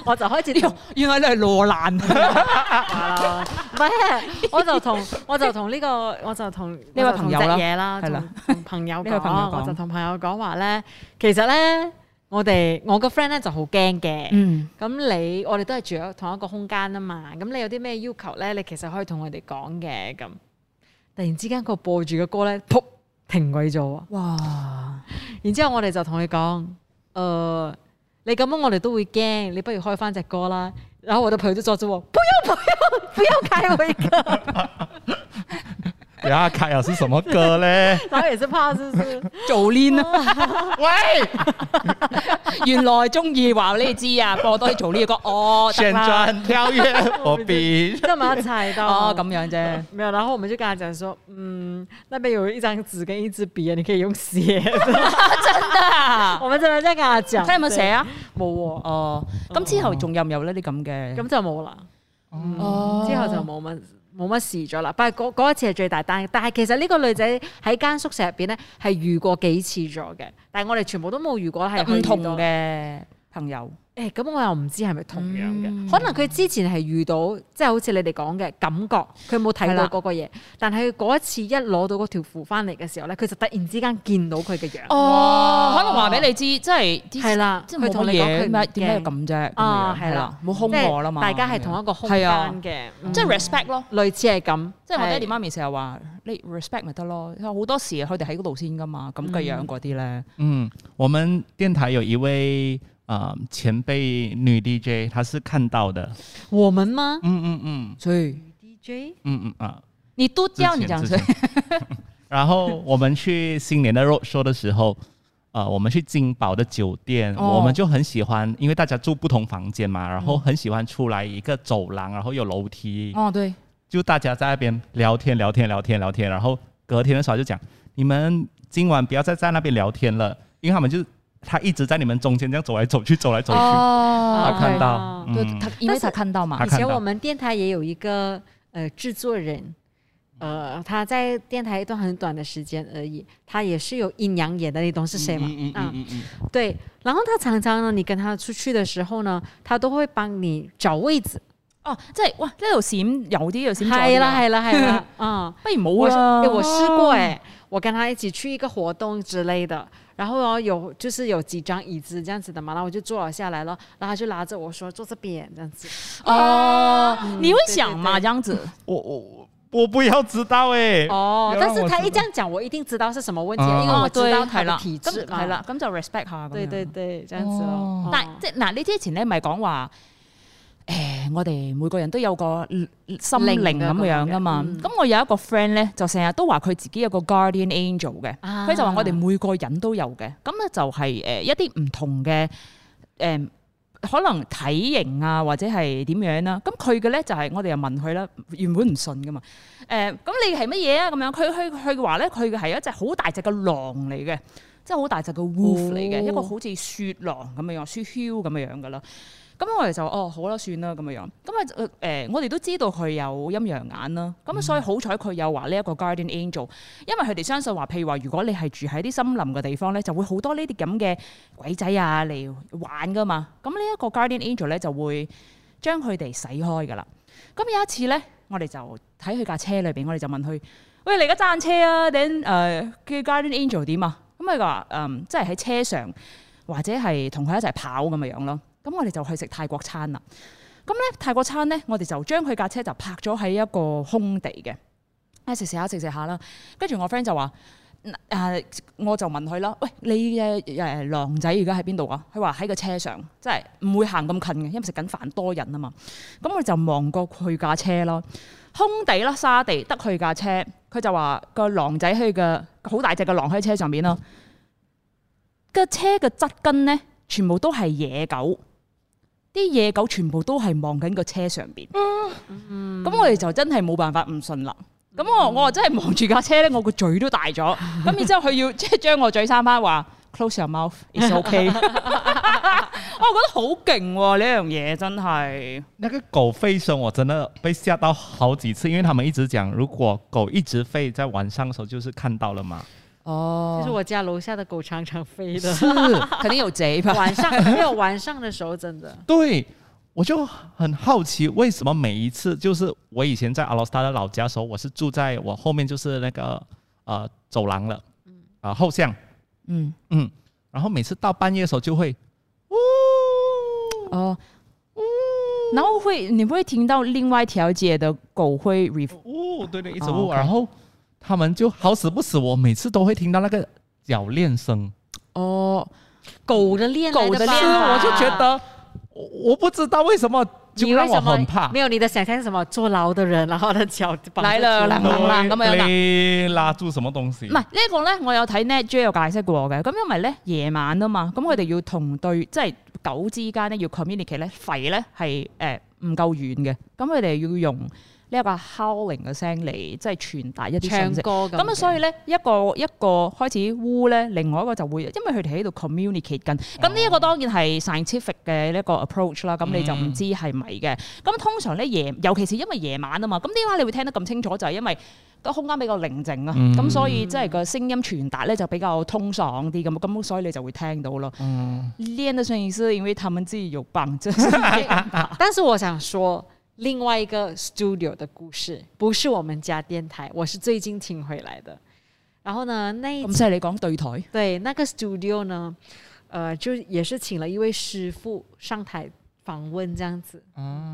S2: 我就開始同
S1: [LAUGHS] 原來你係羅蘭，
S2: [LAUGHS] 啦，啊唔係，我就同我就同呢個我就同呢
S1: 位朋友啦
S2: 嘢啦，
S1: 係啦
S2: 同同朋友
S1: 呢位朋友
S2: 講，
S1: 講
S2: 我就同朋友講話咧，其實咧我哋我個 friend 咧就好驚嘅。
S1: 嗯，
S2: 咁你我哋都係住喺同一個空間啊嘛，咁你有啲咩要求咧？你其實可以同我哋講嘅咁。突然之間佢播住嘅歌咧，噗停鬼咗喎。
S1: 哇，
S2: 然之後我哋就同佢講，誒、呃你咁樣我哋都會驚，你不如開翻隻歌啦。然後我的朋友就抓住我， [LAUGHS] 不要不要不要開我一個，
S3: 等下开了是什么歌嘞？
S2: [LAUGHS] 然後也是怕是不
S1: [LAUGHS]
S2: 是？
S1: 做 l 啦，
S3: 喂，
S1: [LAUGHS] 原來中意話你哋知啊，播多啲做 l 嘅歌，哦，得
S3: 旋
S1: 啦，
S3: 转跳跃，我比
S2: 幹嘛踩到？
S1: 哦咁
S2: [LAUGHS]
S1: 樣啫。
S2: 沒有，然後我們就跟他講說，嗯，那邊有一張紙跟一支筆，你可以用
S1: [LAUGHS]
S2: 寫的。
S1: 啊，
S2: 我們真的在跟他講，
S1: 睇有冇寫啊？
S2: 對？冇喎、
S1: 哦，咁之後仲有唔有呢啲咁嘅？
S2: 咁就冇啦。嗯
S1: 哦
S2: 之後就冇乜冇乜事咗啦。但係嗰嗰一次係最大單，但係其實呢個女仔喺間宿舍入邊咧係遇過幾次咗嘅，但係我哋全部都冇遇過係
S1: 唔同。嘅朋友，
S2: 誒，咁、我又唔知係咪同樣嘅，
S1: 嗯
S2: 可能佢之前係遇到，即係好似你哋講嘅感覺，佢冇
S1: 係
S2: 睇到
S1: 啦
S2: 嗰個嘢，但係佢嗰一次一攞到嗰條符翻嚟嘅時候咧，佢就突然之間見到佢嘅樣，
S1: 哦，可能話俾你知，即係啲
S2: 係啦、
S1: 即係
S2: 佢
S1: 冇
S2: 同
S1: 乜
S2: 你講佢
S1: 嘢，
S2: 唔
S1: 點解點解
S2: 驚
S1: 咁啫？
S2: 啊
S1: 咁樣
S2: 係啦，
S1: 冇兇
S2: 即係
S1: 我啦嘛。
S2: 大家係同一個空
S1: 係啊
S2: 間嘅，嗯
S1: 即係 respect 咯。
S2: 類似係咁，
S1: 即係我爹
S2: 係
S1: 哋媽咪成日話你 respect 咪得咯，因為好多時佢哋喺嗰度先噶嘛，咁嘅樣嗰啲咧，
S3: 嗯，我们电台有一位啊、呃前辈女 DJ，她是看到的。
S2: 我們嗎
S3: 嗯嗯嗯
S1: 所以
S2: ？DJ
S3: 嗯嗯啊，
S1: 你都
S3: 之
S1: 教你
S3: 前
S1: 講
S3: 之
S1: 所以
S3: 前。 [LAUGHS] 然后我们去新年的 road show 的时候，啊，我们去金宝的酒店，
S1: 哦嗯
S3: 我们就很喜欢，因为大家住不同房间嘛，然后很喜欢出来一个走廊，然后有楼梯，
S1: 哦對，
S3: 就大家在那边聊天聊天聊天聊天，然后隔天的时候就讲，你们今晚不要再在那边聊天了，因为他们就他一直在你们中间这样走来走去，走来走去，他
S1: 哦
S3: 看到，
S2: 啊
S1: 對
S3: 嗯，
S1: 他因為他看到嘛
S3: 他，
S2: 以
S3: 看
S2: 前
S3: 到
S2: 我们电台也有一个呃制作人，呃，他在电台一段很短的时间而已，他也是有阴阳眼的，你懂是谁吗？
S3: 嗯嗯嗯嗯嗯
S2: 啊，对。然后他常常呢，你跟他出去的时候呢，他都会帮你找位置。
S1: 哦，即係哇呢度閃有啲，有閃左
S2: 嗨
S1: 啲
S2: 啦
S1: 啊，
S2: 嗨啦嗨
S1: [LAUGHS]
S2: 啦，啊！
S1: 不如冇
S2: 我是
S1: 啦。
S2: 诶我试过哎、我跟他一起去一个活动之类的，然后哦有就是有几张椅子这样子的嘛，然后我就坐了下来了，然后他就拉着我说坐这边这样子。
S1: 哦，你會
S2: 對
S1: 想
S2: 對
S1: 嘛？
S2: 對
S1: 這樣子，
S3: 我我我不要知道哎、
S2: 哦，
S3: 要
S2: 但
S3: 让
S2: 是
S3: 我
S2: 他
S3: 知
S2: 一
S3: 道
S2: 这样讲，我一定知道是什么问题，
S3: 嗯
S2: 因为我知道他
S1: 哦係
S2: 的
S1: 啦，
S2: 体
S1: 咁
S2: 质嘛。
S1: 係啦，咁就 respect 下咁樣。
S2: 对对对，这样子咯
S3: 哦。
S1: 但
S2: 哦
S1: 即係嗱，你之前咧咪講話誒，我哋每個人都有個嗯心靈咁樣噶嘛
S2: 靈嘅嗰個嘅嗯。
S1: 咁我有一個 friend 咧，就成日都話佢自己有個 guardian angel 嘅，
S2: 啊
S1: 佢就啊話我哋每個人都有嘅。咁咧就係誒一啲唔同嘅誒可能體型啊，或者係點樣啦、咁佢嘅咧就係、我哋又問佢啦，原本唔信噶嘛。誒、呃咁你係乜嘢啊？咁樣佢佢佢話咧，佢嘅係一隻好大隻嘅狼嚟嘅，即係好大隻嘅 wolf 嚟嘅，
S2: 哦
S1: 一個好似雪狼咁樣樣，雪橇咁樣樣噶啦。咁我哋就哦好啦，算啦咁樣樣。咁啊誒，我哋都知道佢有陰陽眼啦。咁所以好彩佢有話呢一個 guardian angel，因為佢哋相信話，譬如話如果你係住喺啲森林嘅地方咧，就會好多呢啲咁嘅鬼仔啊嚟玩噶嘛。咁呢一個 guardian angel 咧就會將佢哋洗開噶啦。咁有一次咧，我哋就睇佢架車裏邊，我哋就問佢：喂，你而家揸緊車啊？頂誒嘅 guardian angel 點啊？咁佢話誒，即係喺車上或者係同佢一齊跑咁嘅樣咯。咁我哋就去食泰國餐啦。咁咧泰國餐咧，我哋就將佢架車就泊咗喺一個空地嘅。啊食食下食食下啦，跟住我 friend 就話。誒、我就問佢啦，喂，你嘅誒狼仔而家喺邊度啊？佢話喺個車上，即係唔會行咁近嘅，因為食緊飯多人啊嘛。咁我就望過佢架車咯，空地啦沙地得佢架車，佢就話個狼仔去嘅好大隻嘅狼喺車上面啦，個車嘅側跟呢，全部都係野狗，啲野狗全部都係望緊個車上邊，咁、我哋就真係冇辦法唔信啦。咁我我真係望住架車咧，我個嘴都大咗。咁然之後佢要即 [LAUGHS] 係將我嘴閂翻，話 close your mouth，it's okay。我覺得好勁喎呢樣嘢真係。
S3: 那个狗吠声我真的被吓到好几次，因为他们一直讲，如果狗一直吠，在晚上的时候就是看到了嘛。
S1: 哦
S2: 就是我家楼下的狗常常
S1: [LAUGHS]
S2: 飞的，
S1: 肯定有贼吧？
S2: 晚上没有晚上的时候真的。
S3: 对，我就很好奇，为什么每一次就是我以前在阿拉斯加的老家的时候，我是住在我后面就是那个呃走廊了，啊、后巷，
S1: 嗯，
S3: 嗯，然后每次到半夜的时候就会，呜、
S1: 哦，然后会你会听到另外一条街的狗会 ref，
S3: 呜、对对，一直
S1: 哦
S3: 呜、
S1: ，OK
S3: 然后他们就好死不死，我每次都会听到那个脚链声，
S1: 哦，
S2: 狗的
S1: [LAUGHS]
S2: 恋
S1: 狗的
S2: 的
S1: 恋
S3: 是，
S1: 啊
S3: 我就觉得我我不知道为什么就
S2: 你为
S3: 让我
S2: 什么
S3: 很怕
S2: 没。有你的想象是什么？坐牢的人，然后他的脚绑
S1: 来了来了
S3: 对
S1: 咁样啦啊
S3: 勒拉住什么东西？
S1: 唔係呢一個咧，我有睇 Net J 有解釋過嘅。咁因為咧夜晚啊嘛，咁佢哋要同對即係狗之間咧要 communicate 咧，吠咧係誒唔夠遠嘅，咁佢哋要用呢一個 howling 嘅聲嚟即係傳達一啲
S2: 唱
S1: 信息。
S2: 歌咁。
S1: 咁啊，所以咧一個一個開始污咧，另外一個就會，因為佢哋喺度 communicate 緊。咁呢一個當然係 scientific 嘅一個 approach 啦。咁你就唔知係咪嘅。咁通常咧夜，尤其是因為夜晚啊嘛，咁點解你會聽得咁清楚？就係、因為個空間比較寧靜啊，
S3: 嗯
S1: 咁、所以即係個聲音傳達咧就比較通爽啲咁，咁所以你就會聽到咯。練的聲音是因為他們自己有棒， [LAUGHS] 即係
S2: 但是我想说，另外一个 studio 的故事不是我们家电台，我是最近听回来的。然后呢，那一
S1: 咁犀利講對台。
S2: 对那个 studio 呢，呃，就也是请了一位师傅上台访问这样子，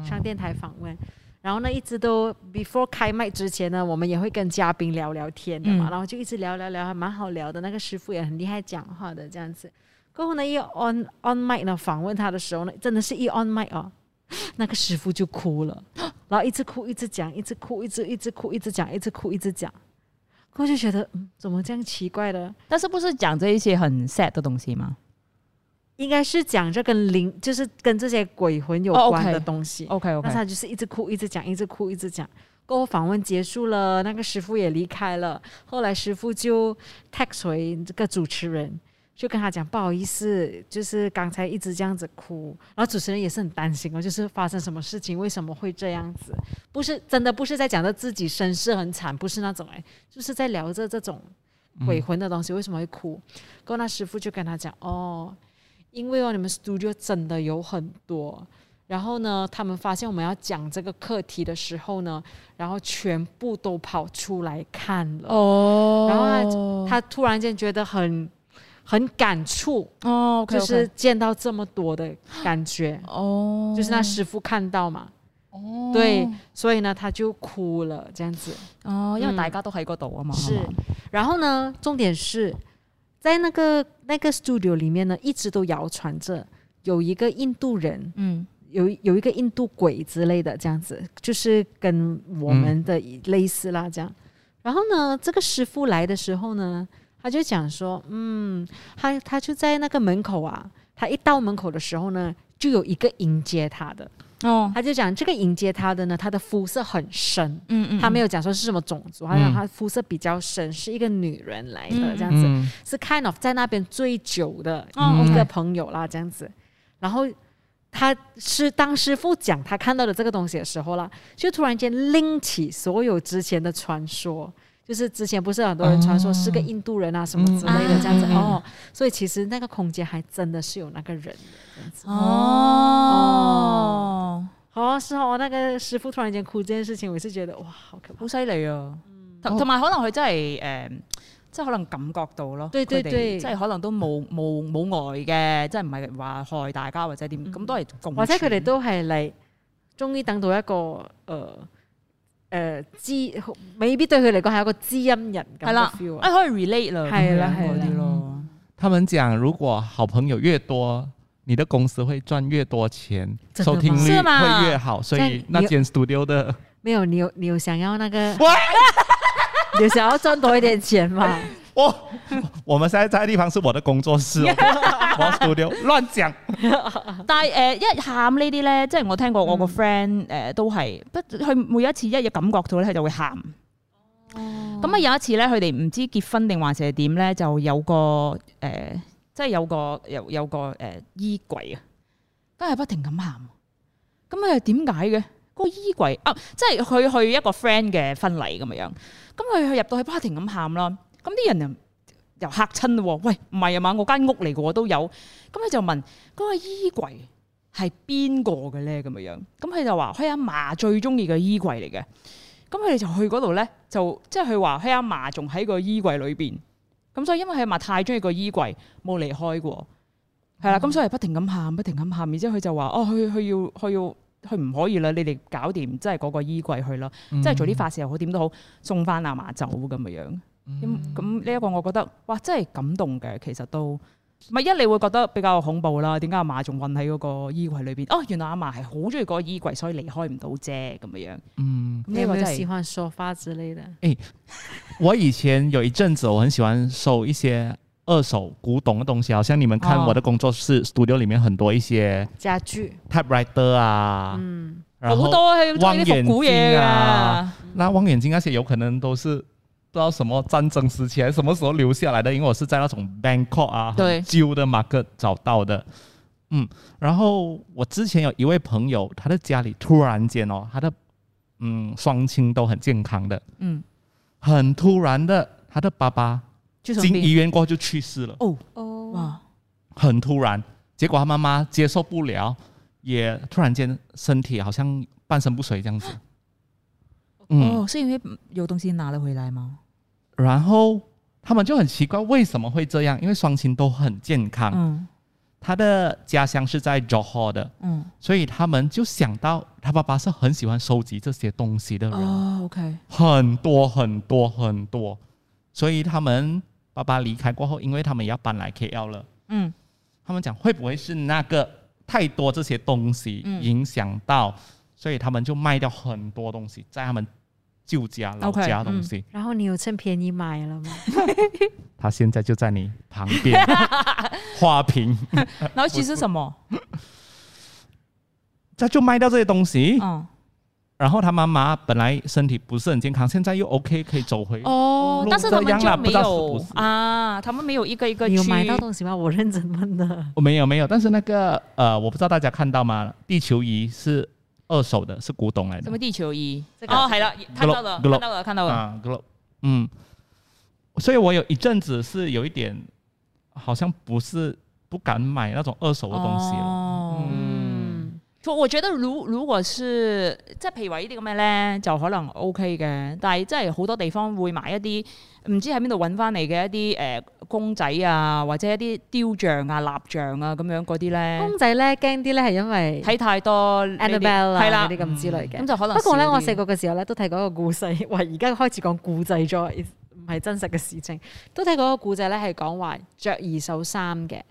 S2: 上电台访问。然后呢，一直都 before 开麦之前呢，我们也会跟嘉宾聊聊天的嘛，
S1: 嗯
S2: 然后就一直聊聊聊，还蛮好聊的。那个师傅也很厉害，讲话的这样子。过后呢，一 on on mic 呢访问他的时候呢，真的是一 on mic 哦， [LAUGHS] 那个师傅就哭了，然后一直哭，一直讲，一直哭，一直一直哭，一直讲，一直哭，一直讲。过后就觉得，嗯，怎么这样奇怪的？
S1: 但是不是講這一些很 sad 的東西嗎
S2: 应该是讲这跟灵，就是跟这些鬼魂有
S1: 哦，OK
S2: 关的东西。
S1: ？OK
S2: 那
S1: OK，
S2: 他就是一直哭，一直讲，一直哭，一直讲。过后访问结束了，那个师傅也离开了。后来师傅就 text 回这个主持人，就跟他讲不好意思，就是刚才一直这样子哭。然后主持人也是很担心哦，就是发生什么事情，为什么会这样子？不是真的，不是在讲的自己身世很惨，不是那种哎，就是在聊着这种
S1: 嗯
S2: 鬼魂的东西，为什么会哭？然后那师傅就跟他讲哦，因为哦你们 studio 真的有很多，然后呢，他们发现我们要讲这个课题的时候呢，然后全部都跑出来看了。
S1: 哦
S2: 然后他突然间觉得很很感触，
S1: 哦，OK，OK，
S2: 就是见到这么多的感觉，
S1: 哦，
S2: 就是那师傅看到嘛，
S1: 哦
S2: 对，所以呢他就哭了这样子。
S1: 哦，因為
S2: 嗯
S1: 大家都喺嗰度啊嘛，
S2: 是
S1: 係嘛，
S2: 然后呢，重点是在那个那个 studio 里面呢，一直都谣传着有一个印度人
S1: 嗯，
S2: 有有一个印度鬼之类的，这样子就是跟我们的类似啦，这样。然后呢，这个师傅来的时候呢，他就讲说，嗯，他他就在那个门口啊，他一到门口的时候呢，就有一个迎接他的，
S1: 哦，
S2: 他就讲这个迎接他的呢，他的肤色很深，
S1: 嗯嗯，
S2: 他没
S1: 有，
S2: 有讲说是什么种族，他讲
S3: 嗯
S2: 他肤色比较深，是一个女人来的
S1: 嗯
S2: 这样子，
S3: 嗯
S2: 是 kind of 在那边最久的
S1: 哦
S2: 一个
S1: OK
S2: 朋友啦，这样子。然后他是当师傅讲他看到的这个东西的时候啦，就突然间拎起所有之前的传说。就是之前不是很多人传说是个印度人啊什么之类的
S1: 嗯
S2: 这样子、
S1: 嗯嗯嗯
S2: 哦，所以其实那个空间还真的是有那个人的这样子。
S1: 哦，
S2: 哦，是哦，那个师傅突然间哭这件事情，我也是觉得哇，好可怕。
S1: 好犀利啊！
S2: 嗯
S1: 同同埋可能佢真係誒。即係可能感覺到咯，
S2: 對對
S1: 佢哋
S2: 對
S1: 即係可能都冇冇冇愛嘅，即係唔係話害大家或者點，咁都係共
S2: 嗯或者佢哋
S1: 存
S2: 都係嚟，終於等到一個誒誒、呃知，未必對佢嚟講係一個知音人咁
S1: 係啦
S2: 嘅 feel 啊
S1: 哎可以 relate 啦，
S2: 係啦
S1: 咁樣
S2: 係啦
S1: 嗰啲咯，
S3: 他们讲，如果好朋友越多，你的公司会赚越多钱，
S2: 真的
S3: 收
S2: 吗
S3: 听率
S1: 是吗
S3: 会越好，所
S2: 这样
S3: 以那
S2: 你
S3: 间 studio
S2: [LAUGHS]
S3: 的
S2: 沒有，你有你有想要那個， [LAUGHS] 你有想要賺多一點錢嘛？
S3: 我我们现在在的地方是我的工作室、
S2: [LAUGHS]
S3: 哦，我 studio 乱讲。
S1: [LAUGHS] 但係誒、呃一喊呢啲咧，即係我聽過我個 friend 誒都係不佢每一次一日感覺到咧，佢就會喊。咁啊、有一次咧，佢哋唔知結婚定還是係點咧，就有個誒、呃即係有個有有個誒、呃、衣櫃啊，都係不停咁喊。咁佢係點解嘅？嗰個衣櫃啊，即係佢去一個 friend 嘅婚禮咁樣，咁佢佢入到去不停咁喊啦。咁啲人又又嚇親喎，喂唔係啊嘛，我間屋嚟嘅喎都有。咁佢就問。嗰個衣櫃係邊個嘅咧？咁樣樣，咁佢就話佢阿嫲最中意嘅衣櫃嚟嘅。咁佢哋就去嗰度咧，就即係佢話佢阿嫲仲喺個衣櫃裏邊。咁所以因為佢阿嫲太中意個衣櫃，冇離開過。係啦，咁所以不停咁喊，不停咁喊，然之後佢就話：哦，佢佢要佢要佢唔可以啦，你哋搞掂，即係嗰個衣櫃去啦，即係做啲法事又好，點都好，送翻阿嫲走咁嘅樣。咁咁呢一個我覺得，哇！真係感動嘅，其實都咪一你會覺得比較恐怖啦。點解阿嫲仲困喺嗰個衣櫃裏邊？哦，原來阿嫲係好中意嗰個衣櫃，所以離開唔到啫咁嘅樣。
S3: 嗯，
S1: 咁
S2: 你
S1: 呢
S2: 有
S1: 個
S2: 沒有
S1: 真
S2: 喜
S1: 係
S2: 歡說法之類的？
S3: 我以前有一阵子我很喜欢收一些二手古董的东西，好像你们看
S1: 哦
S3: 我的工作室、studio 里面很多一些
S2: 家具，
S3: typewriter 啊，
S2: 嗯，
S3: 然
S1: 好
S3: 后
S1: 多係中意啲復古嘢
S3: 望遠鏡
S1: 㗎
S3: 啊。那望远镜那些有可能都是。不知道什么战争时期还是什么时候留下来的，因为我是在那种 Bangkok 啊，很
S1: 对
S3: 旧的 market 找到的。嗯，然后我之前有一位朋友，他的家里突然间哦，他的嗯双亲都很健康的，
S1: 嗯，
S3: 很突然的，他的爸爸
S1: 就
S3: 进医院过后就去世了，
S1: 哦，
S2: 哦
S1: 哇，
S3: 很突然。结果他妈妈接受不了，也突然间身体好像半身不遂这样子。嗯，
S1: 哦，是因為有東西拿了回来嗎？
S3: 然后他们就很奇怪为什么会这样，因为双亲都很健康，
S1: 嗯
S3: 他的家乡是在 Johor 的，
S1: 嗯，
S3: 所以他们就想到他爸爸是很喜欢收集这些东西的人，
S1: 哦，OK，
S3: 很多很多很多，所以他们爸爸离开过后，因为他们也要搬来 KL 了。
S1: 嗯
S3: 他们讲会不会是那个太多这些东西
S1: 嗯
S3: 影响到，所以他们就卖掉很多东西，在他们旧家老
S1: OK，嗯
S3: 家东西。
S2: 然後你有趁便宜買了嗎？
S3: 他现在就在你旁
S1: [LAUGHS]
S3: 边花瓶，
S1: 然後其實什麼？
S3: 他就卖掉这些东西。
S1: 嗯，
S3: 然后他妈妈本来身体不是很健康，现在又 OK 可以走回。
S1: 哦，但是他們
S3: 這樣啦
S1: 就沒
S3: 不知道是
S1: 有
S3: 不是
S1: 啊，他們沒有一個一個
S2: 你
S1: 去
S2: 有買到東西嗎？我認真問的。
S3: 我哦没有没有，但是那个呃，我不知道大家看到吗？地球仪是二手的，是古董来
S1: 什
S3: 的
S1: 麼。地球儀？
S2: 這個
S1: 哦，係啦，看到了，
S3: Globe-
S1: 看到了，看到了。
S3: 啊，Globe，嗯，所以我有一阵子是有一点，好像不是不敢买那种二手的东西了。
S1: 哦
S2: 嗯，
S1: 我我覺得如如果是即係譬如話呢啲咁嘅咧，就可能 O K 嘅。但係真係好多地方會買一啲唔知喺邊度揾翻嚟嘅一啲誒、呃公仔啊，或者一啲雕像啊、蠟像啊咁樣嗰啲咧，
S2: 公仔咧驚啲咧係因為
S1: 睇太多呢啲
S2: Annabelle 啊
S1: 係啦
S2: 嗰啲，咁之類嘅
S1: 咁。就可能
S2: 不過咧，
S1: 少啲
S2: 我細個嘅時候咧都睇過一個故仔，哇！而家開始講故仔咗，唔係真實嘅事情。都睇過一個故仔咧，係講話着二手衫嘅，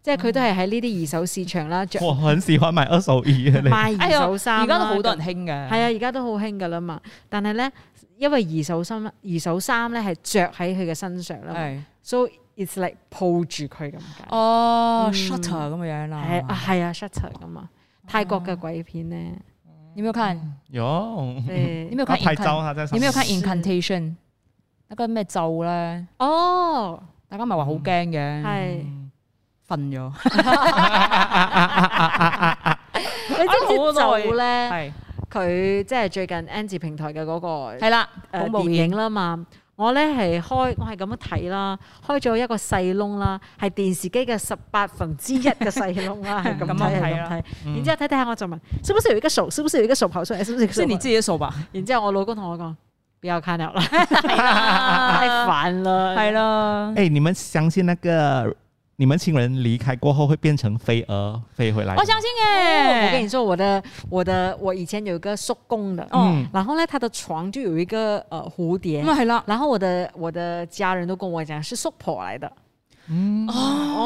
S2: 即係佢
S1: 嗯
S2: 都係喺呢啲二手市場啦，着
S3: 我很喜欢买二手衣的嘞，
S2: 賣
S1: 哎
S2: 二
S1: 呀
S2: 手衫啦。
S1: 而家都好多人
S2: 咁
S1: 興嘅，
S2: 啊係啊，而家都好興噶啦嘛。但係咧，因為二手衫、二手衫咧係着喺佢嘅身上啦嘛，
S1: 係
S2: 所以 it's like 抱住佢咁解。
S1: 哦
S2: 嗯
S1: ，shutter 咁樣啦，
S2: 係啊，係啊，shutter 噶嘛，
S1: 哦
S2: 泰國嘅鬼片咧，
S1: 你有没有看？
S3: 有，
S2: 對
S1: 你有没有
S3: 他
S1: 看
S3: 拍
S1: Incan-
S3: 照他在上
S1: 你有没
S3: 面
S1: 有看
S2: 是
S1: Incantation？那個咩咒咧？
S2: 哦，
S1: 大家咪話好驚嘅，
S2: 係，
S3: 嗯
S1: 瞓 [LAUGHS] 咗。啊
S2: 你知唔知
S1: 好耐
S2: 就咧？
S1: 係
S2: 佢即係最近 N 字平台嘅嗰個
S1: 係啦，
S2: 誒
S1: 恐
S2: 電
S1: 怖
S2: 影
S1: 片
S2: 啦嘛。我咧係開，我係咁樣睇啦，開咗一個細窿啦，係電視機嘅十八分之一嘅細
S1: [LAUGHS]
S2: 窿啦，係咁
S1: 咁樣
S2: 睇，係
S1: 睇
S2: 咁
S1: 啊
S2: 睇。
S3: 嗯
S2: 然之後睇睇下，我就問：是不是有一個手？是不是有一個手跑出嚟？是不是有一個手
S1: 是你
S2: 跑出
S1: 自己 [LAUGHS] 數吧？
S2: 來？然之後我老公同我講：不要看了啦，太
S1: 係
S2: 煩啦。
S1: 係啦。
S3: [LAUGHS] 哎，你们相信那个你们亲人离开过后会变成飞蛾飞回来吗？
S1: 我相信
S2: 哦我跟你
S1: 嘅，
S2: 说，我的我的我以前有一个叔公的，
S3: 嗯
S2: 然后呢，他的床就有一个呃蝴蝶，
S1: 咁啊係啦，
S2: 然后我的我的家人都跟我讲是叔婆来的，
S3: 嗯，
S1: 哦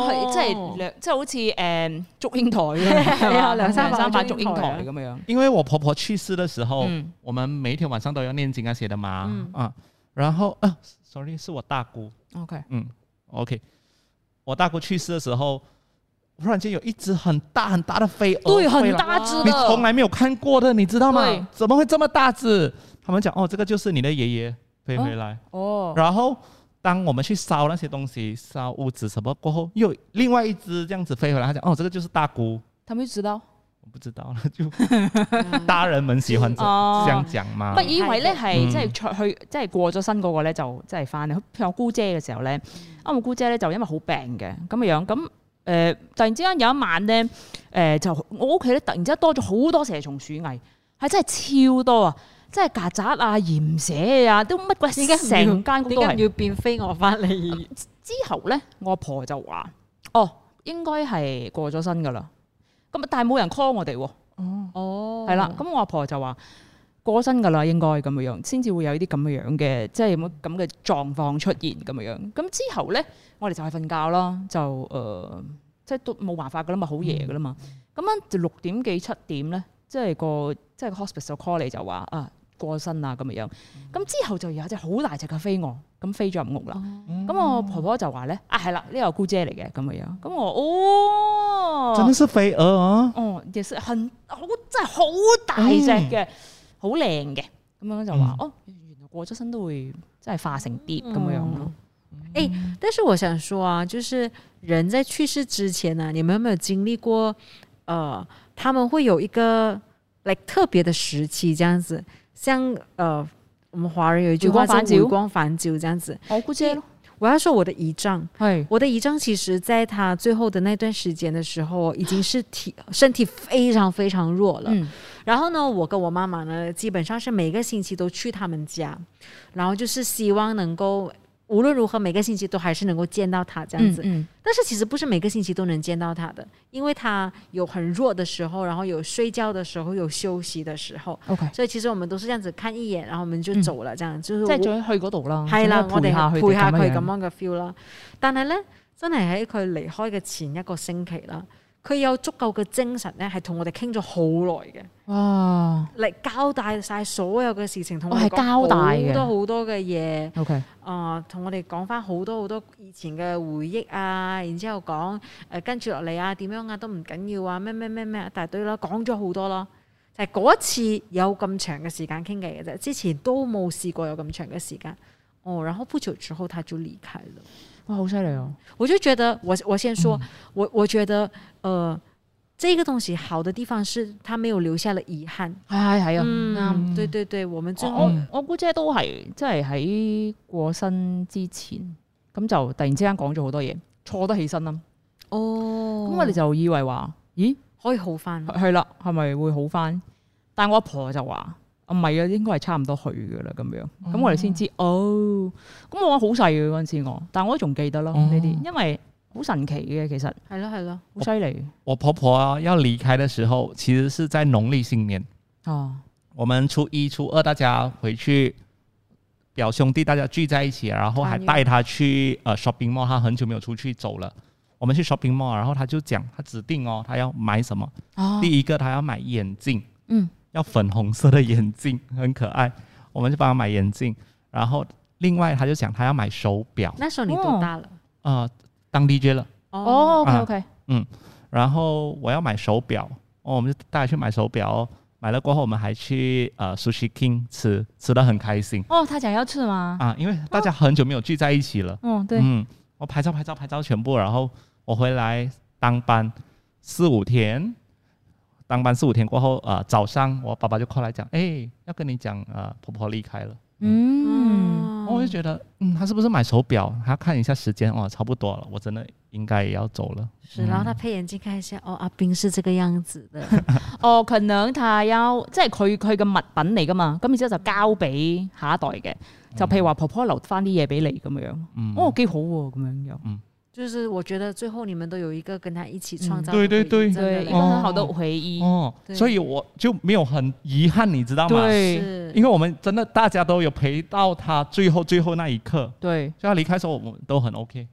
S2: 哦
S1: 即係兩即係好似誒祝英台 [LAUGHS] 咁樣，
S2: 係啊兩
S1: 兩
S2: 三百
S1: 三百
S2: 祝
S1: 祝
S2: 英
S1: 英
S2: 台啊
S1: 台咁樣。
S3: 因为我婆婆去世的时候，
S1: 嗯
S3: 我们每一天晚上都要念经啊写的嘛，
S2: 嗯
S3: 啊，然后啊，sorry，是我大姑，
S1: OK，
S3: 嗯，OK，我大姑去世的时候，忽然间有一只很大很大的飞蛾，
S1: 對，很，大隻
S3: 你
S1: 的，
S3: 从来没有看过的，你知道吗
S1: 对？
S3: 怎么会这么大只？他们讲哦，这个就是你的爷爷飞回来。
S1: 哦，
S3: 然后当我们去烧那些东西，烧屋子什么过后，又有另外一只这样子飞回来，他讲哦，这个就是大姑，
S1: 他们就知道。
S3: 我不知道
S1: [LAUGHS]
S3: [LAUGHS] 了，就大人们喜欢这
S1: 哦
S3: 这样讲嘛
S1: 不。以為咧係
S3: 嗯
S1: 即係出去，即係過咗身嗰個咧就即係翻嚟。譬如我姑姐嘅時候咧，
S2: 嗯
S1: 啊我姑姐咧就因為好病嘅咁嘅樣，咁誒、呃突然之間有一晚咧，誒、就我屋企咧突然之間多咗好多蛇蟲鼠蟻，係真係超多啊！即係曱甴啊、鹽蛇啊，都乜鬼
S2: 點解唔
S1: 成
S2: 要
S1: 間屋
S2: 點
S1: 都
S2: 解唔
S1: 係。
S2: 要變飛我翻嚟？
S1: 之後咧，我阿婆就話：哦，應該係過咗身噶啦。咁但係冇人 call 我哋喎。
S2: 哦
S1: 係啦，，咁我阿婆就話過身㗎啦，應該咁嘅樣，先至會有呢啲咁嘅樣嘅，即係有冇咁嘅狀況出現咁嘅樣。咁之後咧，我哋就係瞓覺啦，就誒、呃即係都冇辦法㗎啦嘛，好夜㗎啦嘛。咁樣就六點幾七點咧，即係個即係個 hospice 就 call 你就話啊過身啦咁嘅樣。咁之後就有一隻好大隻嘅飛蛾咁飛咗入屋啦。咁、我婆婆就話咧啊係啦，呢個姑姐嚟嘅咁嘅樣。咁我哦，
S3: 真的是飞蛾啊！
S1: 哦，亦是很好，真係好大隻嘅，好靚嘅。咁樣就話、哦，原來過咗身都會真係化成碟咁樣咯。
S2: 哎，但是我想说啊，就是人在去世之前呢、你们有没有经历过？呃，他们会有一个 like 特别的时期，这样子，像呃，我们华人有一句
S1: 回
S2: 话
S1: 光返
S2: 叫“
S1: 照
S2: 回光返照”这样子。
S1: 我姑姐咯，
S2: 我要说我的遗丈，
S1: 係
S2: 我的姨丈其实在他最后的那段时间的时候，已经是体身体非常非常弱了。
S1: 嗯
S2: 然后呢，我跟我妈妈呢，基本上是每个星期都去他们家，然后就是希望能够无论如何每个星期都还是能够见到他这样子。
S1: 嗯
S2: 但是其实不是每个星期都能见到他的，因为他有很弱的时候，然后有睡觉的时候，有休息的时候。
S1: 嗯，OK，
S2: 所以其实我们都是这样子看一眼，然后我们就
S1: 嗯
S2: 走了，这样、就是
S1: 即係
S2: 我
S1: 仲要去嗰度啦，
S2: 係啦，
S1: 仲要
S2: 我哋
S1: 啊陪下
S2: 係陪下佢咁
S1: 啊。
S2: 樣嘅 feel 啦。但係咧，真係喺佢離開嘅前一個星期啦，佢有足夠嘅精神咧，係同我哋傾咗好耐嘅，
S1: 哇
S2: 嚟交代晒所有嘅事情，同我
S1: 哦
S2: 哋
S1: 係交代
S2: 講好
S1: 嘅
S2: 多好多嘅嘢。
S1: ，OK，
S2: 啊，同、我哋講翻好多好多以前嘅回憶啊，然之後講誒、呃跟住落嚟啊點樣啊都唔緊要啊，咩咩咩咩一大堆啦，講咗好多咯。就係嗰一次有咁長嘅時間傾偈嘅啫，之前都冇試過有咁長嘅時間。哦，然後不久之後他就離開了。
S1: 哇，好犀利哦！
S2: 我就覺得，我我先說，
S1: 嗯
S2: 我我覺得，呃，这個東西好的地方是他沒有留下了遺憾。
S1: 係係係啊，
S2: 嗯，對對對，我們最後
S1: 我我姑姐都係即係喺過身之前，咁就突然之間講咗好多嘢，錯得起身啦。咁
S2: 哦，
S1: 我哋就以為話，咦？
S2: 可以好翻。
S1: 係啦，係咪會好翻？但我阿婆就話：啊唔係啊，應該係差唔多去噶啦咁樣。咁、我哋先知哦。咁我好細嘅嗰陣時我，但我都仲記得咯
S3: 哦
S1: 呢啲，因為好神奇嘅其實，
S2: 係咯係咯。
S1: 好犀利
S3: 我婆婆啊要离开的时候，其实是在农历新年，
S1: 哦。
S3: 我们初一、初二大家回去，表兄弟大家聚在一起，然后还
S2: 团圆
S3: 带他去呃 shopping mall，他很久没有出去走了。我们去 shopping mall，然后他就讲，他指定哦，他要买什么。
S1: 哦，
S3: 第一个他要买眼镜，
S1: 嗯，
S3: 要粉红色的眼镜，很可爱。我们就帮他买眼镜，然后另外他就讲他要买手表，
S2: 那时候你多大了？
S3: 呃当 DJ 了，
S1: 哦，OK
S3: 啊
S1: OK，
S3: 然后我要买手表，哦，我们就带他去买手表，哦买了过后我们还去呃 Sushi King 吃，吃的很开心
S1: 哦，他讲要吃吗？
S3: 啊，因为大家很久没有聚在一起了。
S1: 嗯，对，
S3: 嗯，我拍照拍照拍照全部，然后我回来当班四五天，当班四五天过后，呃，早上我爸爸就 call 来讲，哎，要跟你讲，呃，婆婆离开了。
S1: 嗯，
S2: 哦
S3: 我就觉得，嗯，他是不是买手表？他看一下时间，哦，差不多了，我真的应该也要走了。
S2: 是，然后他配眼镜看一下，哦，阿冰是这个样子
S3: [LAUGHS]
S2: 的，
S1: 哦，佢娘太優，即係佢佢嘅物品嚟噶嘛，咁然之後就交俾下一代嘅，就譬如話婆婆留翻啲嘢俾你咁樣，
S3: 嗯，
S1: 哦幾好喎咁樣又，
S2: 就是我觉得最后你们都有一个跟他一起创造的
S3: 嗯
S2: 回忆、
S3: 对对对
S2: 真的
S1: 對，一
S2: 嘞
S1: 個
S3: 哦
S1: 很好的回憶，
S3: 哦，
S2: 对
S3: 所以我就没有很遗憾，你知道吗？
S1: 對
S2: 是
S3: 因为我们真的大家都有陪到他最后最后那一刻，
S1: 對，
S3: 就他离开的时候，我们都很 OK。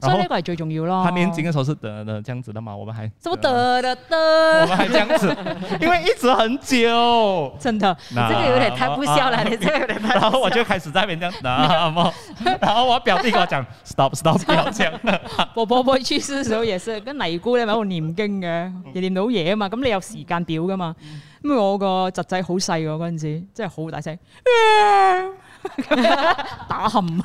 S3: 然
S1: 所
S3: 后
S1: 以呢個係最重要咯。
S3: 他年轻的时候是的的这样子的嘛，我们还
S1: 什哦么得
S3: 呃
S1: 得
S3: 我 [LAUGHS]
S1: 得，
S3: 们还这样
S1: [LAUGHS]
S3: 子，因为一直很久。
S1: 真的，
S3: 那
S2: 这个有点太不孝了，
S3: 啊
S2: 你这个有点太
S3: 然
S2: 不
S3: 后
S2: 孝
S3: 我就开始在那边这样，
S1: [LAUGHS]
S3: 那么，然后我表弟跟我讲 stop stop 不要这样， [LAUGHS]
S1: 我婆婆去世嘅時候也是，跟尼姑咧咪喺度念經嘅，
S3: 嗯
S1: 又念到嘢啊嘛，咁你有時間表噶嘛，咁我個侄仔好細喎嗰陣時，真係好大聲， [LAUGHS] 打冚，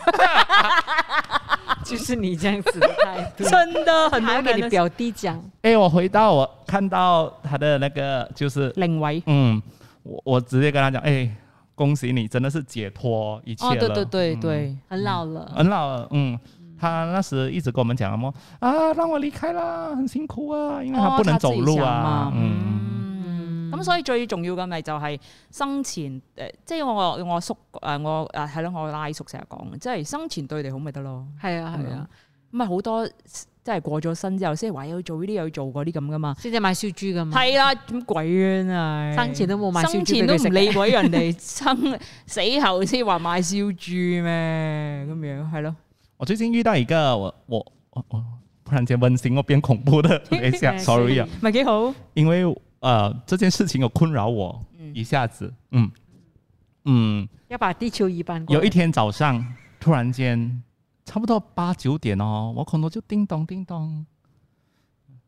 S2: 就是你这样子的态度。
S1: 真的很
S2: 还要
S1: 難
S2: 给
S1: 跟
S2: 你表弟讲，
S3: 哎，我回到我看到他的那个就是，
S1: 另位。
S3: 嗯，我我直接跟他讲，哎，恭喜你，真的是解脱一切
S1: 哦，
S3: 了，
S1: 对对对
S3: 嗯
S1: 对，
S2: 很老了，
S3: 很老了，嗯。他那时一直跟我们讲什么啊，让我离开啦，很辛苦啊，因为
S1: 哦
S3: 他不能
S1: 他自
S3: 走
S1: 己
S3: 路
S1: 想
S3: 啊
S1: 嘛，
S3: 嗯，
S1: 嗯，咁所以最重要嘅咪就係生前誒，即係我我叔誒我誒係咯，我拉叔成日講，即係生前對你好咪得咯，
S2: 系啊系
S3: 嗯
S2: 啊，
S1: 咁咪好多即係過咗身之後先話要做呢啲又要做嗰啲咁噶嘛，
S2: 现在买烧猪噶嘛，
S1: 係啦，咁鬼啊真係
S2: 生前都冇買燒
S1: 生
S2: 豬
S1: 前
S2: 俾
S1: 都
S2: 佢食
S1: 唔
S2: 嘅
S1: 理鬼人哋，生死後先話買燒豬咩咁樣係咯，
S3: 我最近遇到一个我我我我突然间温馨又变恐怖的一下
S2: 哎
S3: ，sorry
S2: 是
S3: 啊，
S1: 咪幾好？
S3: 因为呃这件事情有困扰我一下子，嗯嗯，
S2: 要把地球移搬过来。
S3: 有一天早上突然间差不多八九点哦，我可能就叮咚叮咚，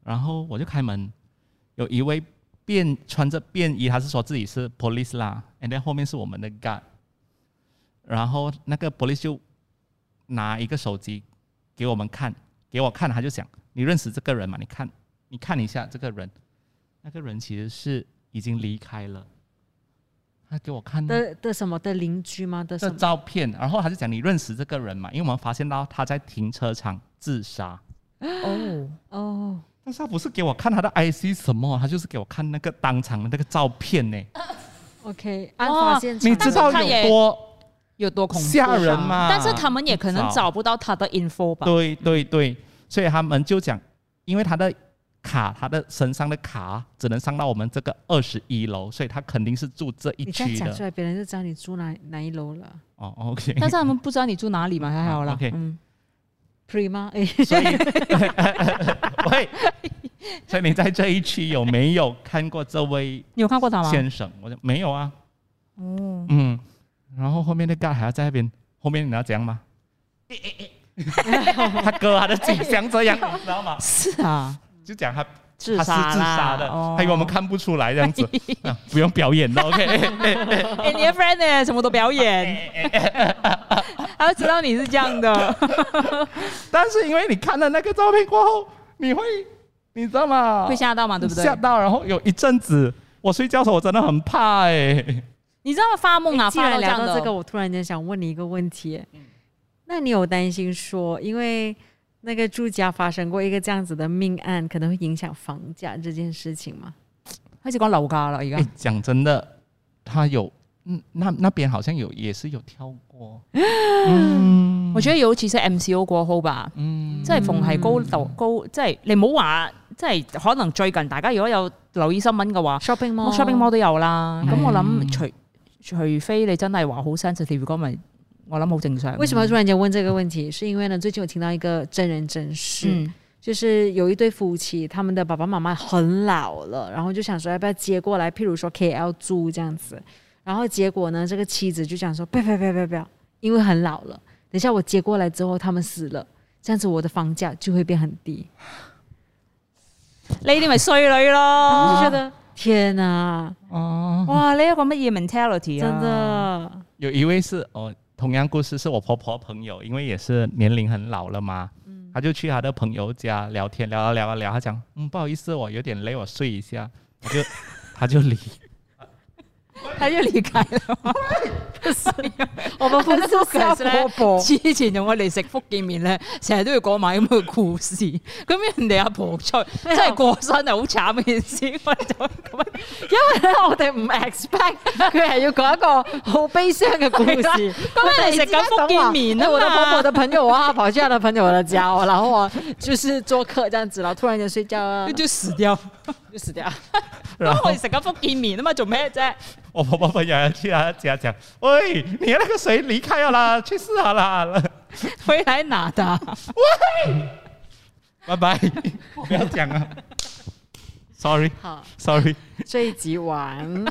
S3: 然后我就开门，有一位便穿着便衣，他是说自己是 police 啦，and then 后面是我们的 guard，然后那个 police 就拿一个手机给我们看，给我看，他就想你认识这个人吗？你看，你看一下这个人，那个人其实是已经离开了，他给我看那
S2: 的的什么的邻居吗？的什
S3: 这
S2: 么？
S3: 照片，然后他就讲你认识这个人嘛，因为我们发现到他在停车场自杀，
S1: 哦，
S2: 哦，
S3: 但是他不是给我看他的 IC 什么，他就是给我看那个当场的那个照片呢，
S2: 啊 OK，案发现场，
S3: 你知道
S1: 他也
S3: 有多
S1: 要多恐怖
S3: 吓人
S1: 啊
S3: 嘛？
S1: 但是他们也可能找不到他的 info 吧？
S3: 对对对，所以他们就讲，因为他的卡，他的身上的卡只能上到我们这个二十一楼，所以他肯定是住这一
S2: 你这样
S3: 区
S2: 讲出
S3: 的。
S2: 来，别人就知道你住哪哪一楼了。
S3: 哦，OK，
S1: 但是他们不知道你住哪里嘛，还好啦。
S3: 啊，OK
S1: 嗯，
S2: Pre 吗？哎，
S3: 所以， [LAUGHS] 喂，所以你在这一区有没有看过这位
S1: 你有看过他啊吗？
S3: 先生，我就没有啊。哦，嗯，然后后面那个还要在那边，后面你要怎样
S1: [LAUGHS]
S3: 吗？他哥啊他的景象这样，你知道吗？
S1: 是啊，
S3: 就讲他
S1: 自
S3: 他
S1: 杀啦
S3: 是自杀的
S1: 哦，
S3: 他以为我们看不出来这
S1: [LAUGHS]
S3: 样子，啊不用表演了，OK。
S1: 哎，你的 friend 呢，什么都表演，他知道你是这样的。
S3: 但是因为你看了那个照片过后，你会你知道吗？
S1: 会吓到嘛对不对
S3: 吓到，然后有一阵子我睡觉的时候我真的很怕哎。
S1: 你知道发梦啊，
S2: 既
S1: 发
S2: 然
S1: 到这
S2: 聊
S1: 样
S2: 到
S1: 的嗯
S2: 这个，我突然间想问你一个问题，那你有担心说，因为那个住家发生过一个这样子的命案，可能会影响房价这件事情吗？
S1: 开始讲楼价啦，而家
S3: 哎，讲真的，他有，嗯，那那边好像有，也是有跳过，嗯
S1: 我觉得尤其是 MCO 過好吧，
S3: 嗯
S1: 即係逢係高樓高，即係你唔好話，即係可能最近大家如果有留意新聞嘅話
S2: 啊哦 shopping mall
S1: ，shopping mall 都有啦。咁我
S3: 嗯
S1: 諗除除非你真係話好 sensitive，如果咪我諗好正常。
S2: 为什么突然间问这个问题？是因为呢，最近我听到一个真人真事，
S1: 嗯？
S2: 就是有一对夫妻，他们的爸爸妈妈很老了，然后就想说要不要接过来，譬如说 KL 住这样子。然后结果呢，这个妻子就讲说不要不要不要不要不要，因为很老了，等一下我接过来之后他们死了。这样子我的房价就会变很低。
S1: 呢啲咪衰女
S2: 我就
S1: 咯
S2: 觉。得天哪，
S3: 哦，
S1: 哇！呢一個乜嘢 mentality
S2: 真
S1: 啊？
S2: 的，
S3: 有一位是哦，同样故事是我婆婆朋友，因为也是年龄很老了嘛，她就去她的朋友家聊天，聊啊聊啊聊，她讲，嗯，不好意思，我有点累，我睡一下，她就 [LAUGHS] 她就离，
S1: 他就理解啦。 [LAUGHS]
S2: 我们不是
S1: 家
S2: 是咧
S1: 婆婆之前同我哋食福建面咧，成日都要講埋咁嘅故事。咁人哋阿婆出真係過身啊係好慘嘅件事，我哋就咁樣
S2: 因為咧我哋唔 expect 佢係要講一個好悲傷嘅故事。
S1: 係啦咁
S2: 我
S1: 你食緊福建面啊
S2: 我的
S1: 嘛
S2: 婆婆的朋友，我啊跑去他的朋友的家，然後我就是做客這樣子，然後突然間睡
S1: [LAUGHS]
S2: 覺啊，
S1: 就死掉。
S2: 就死掉。
S1: 咁
S3: 然后
S1: 我哋食緊福建面啊嘛，做咩啫？
S3: 我婆婆朋友要去她家讲，喂，你那个谁离开了啦，去世了啦，
S1: 回来拿的。
S3: 拜拜，不要讲啊，sorry [LAUGHS]
S2: 好，
S3: sorry，
S2: 这一集完。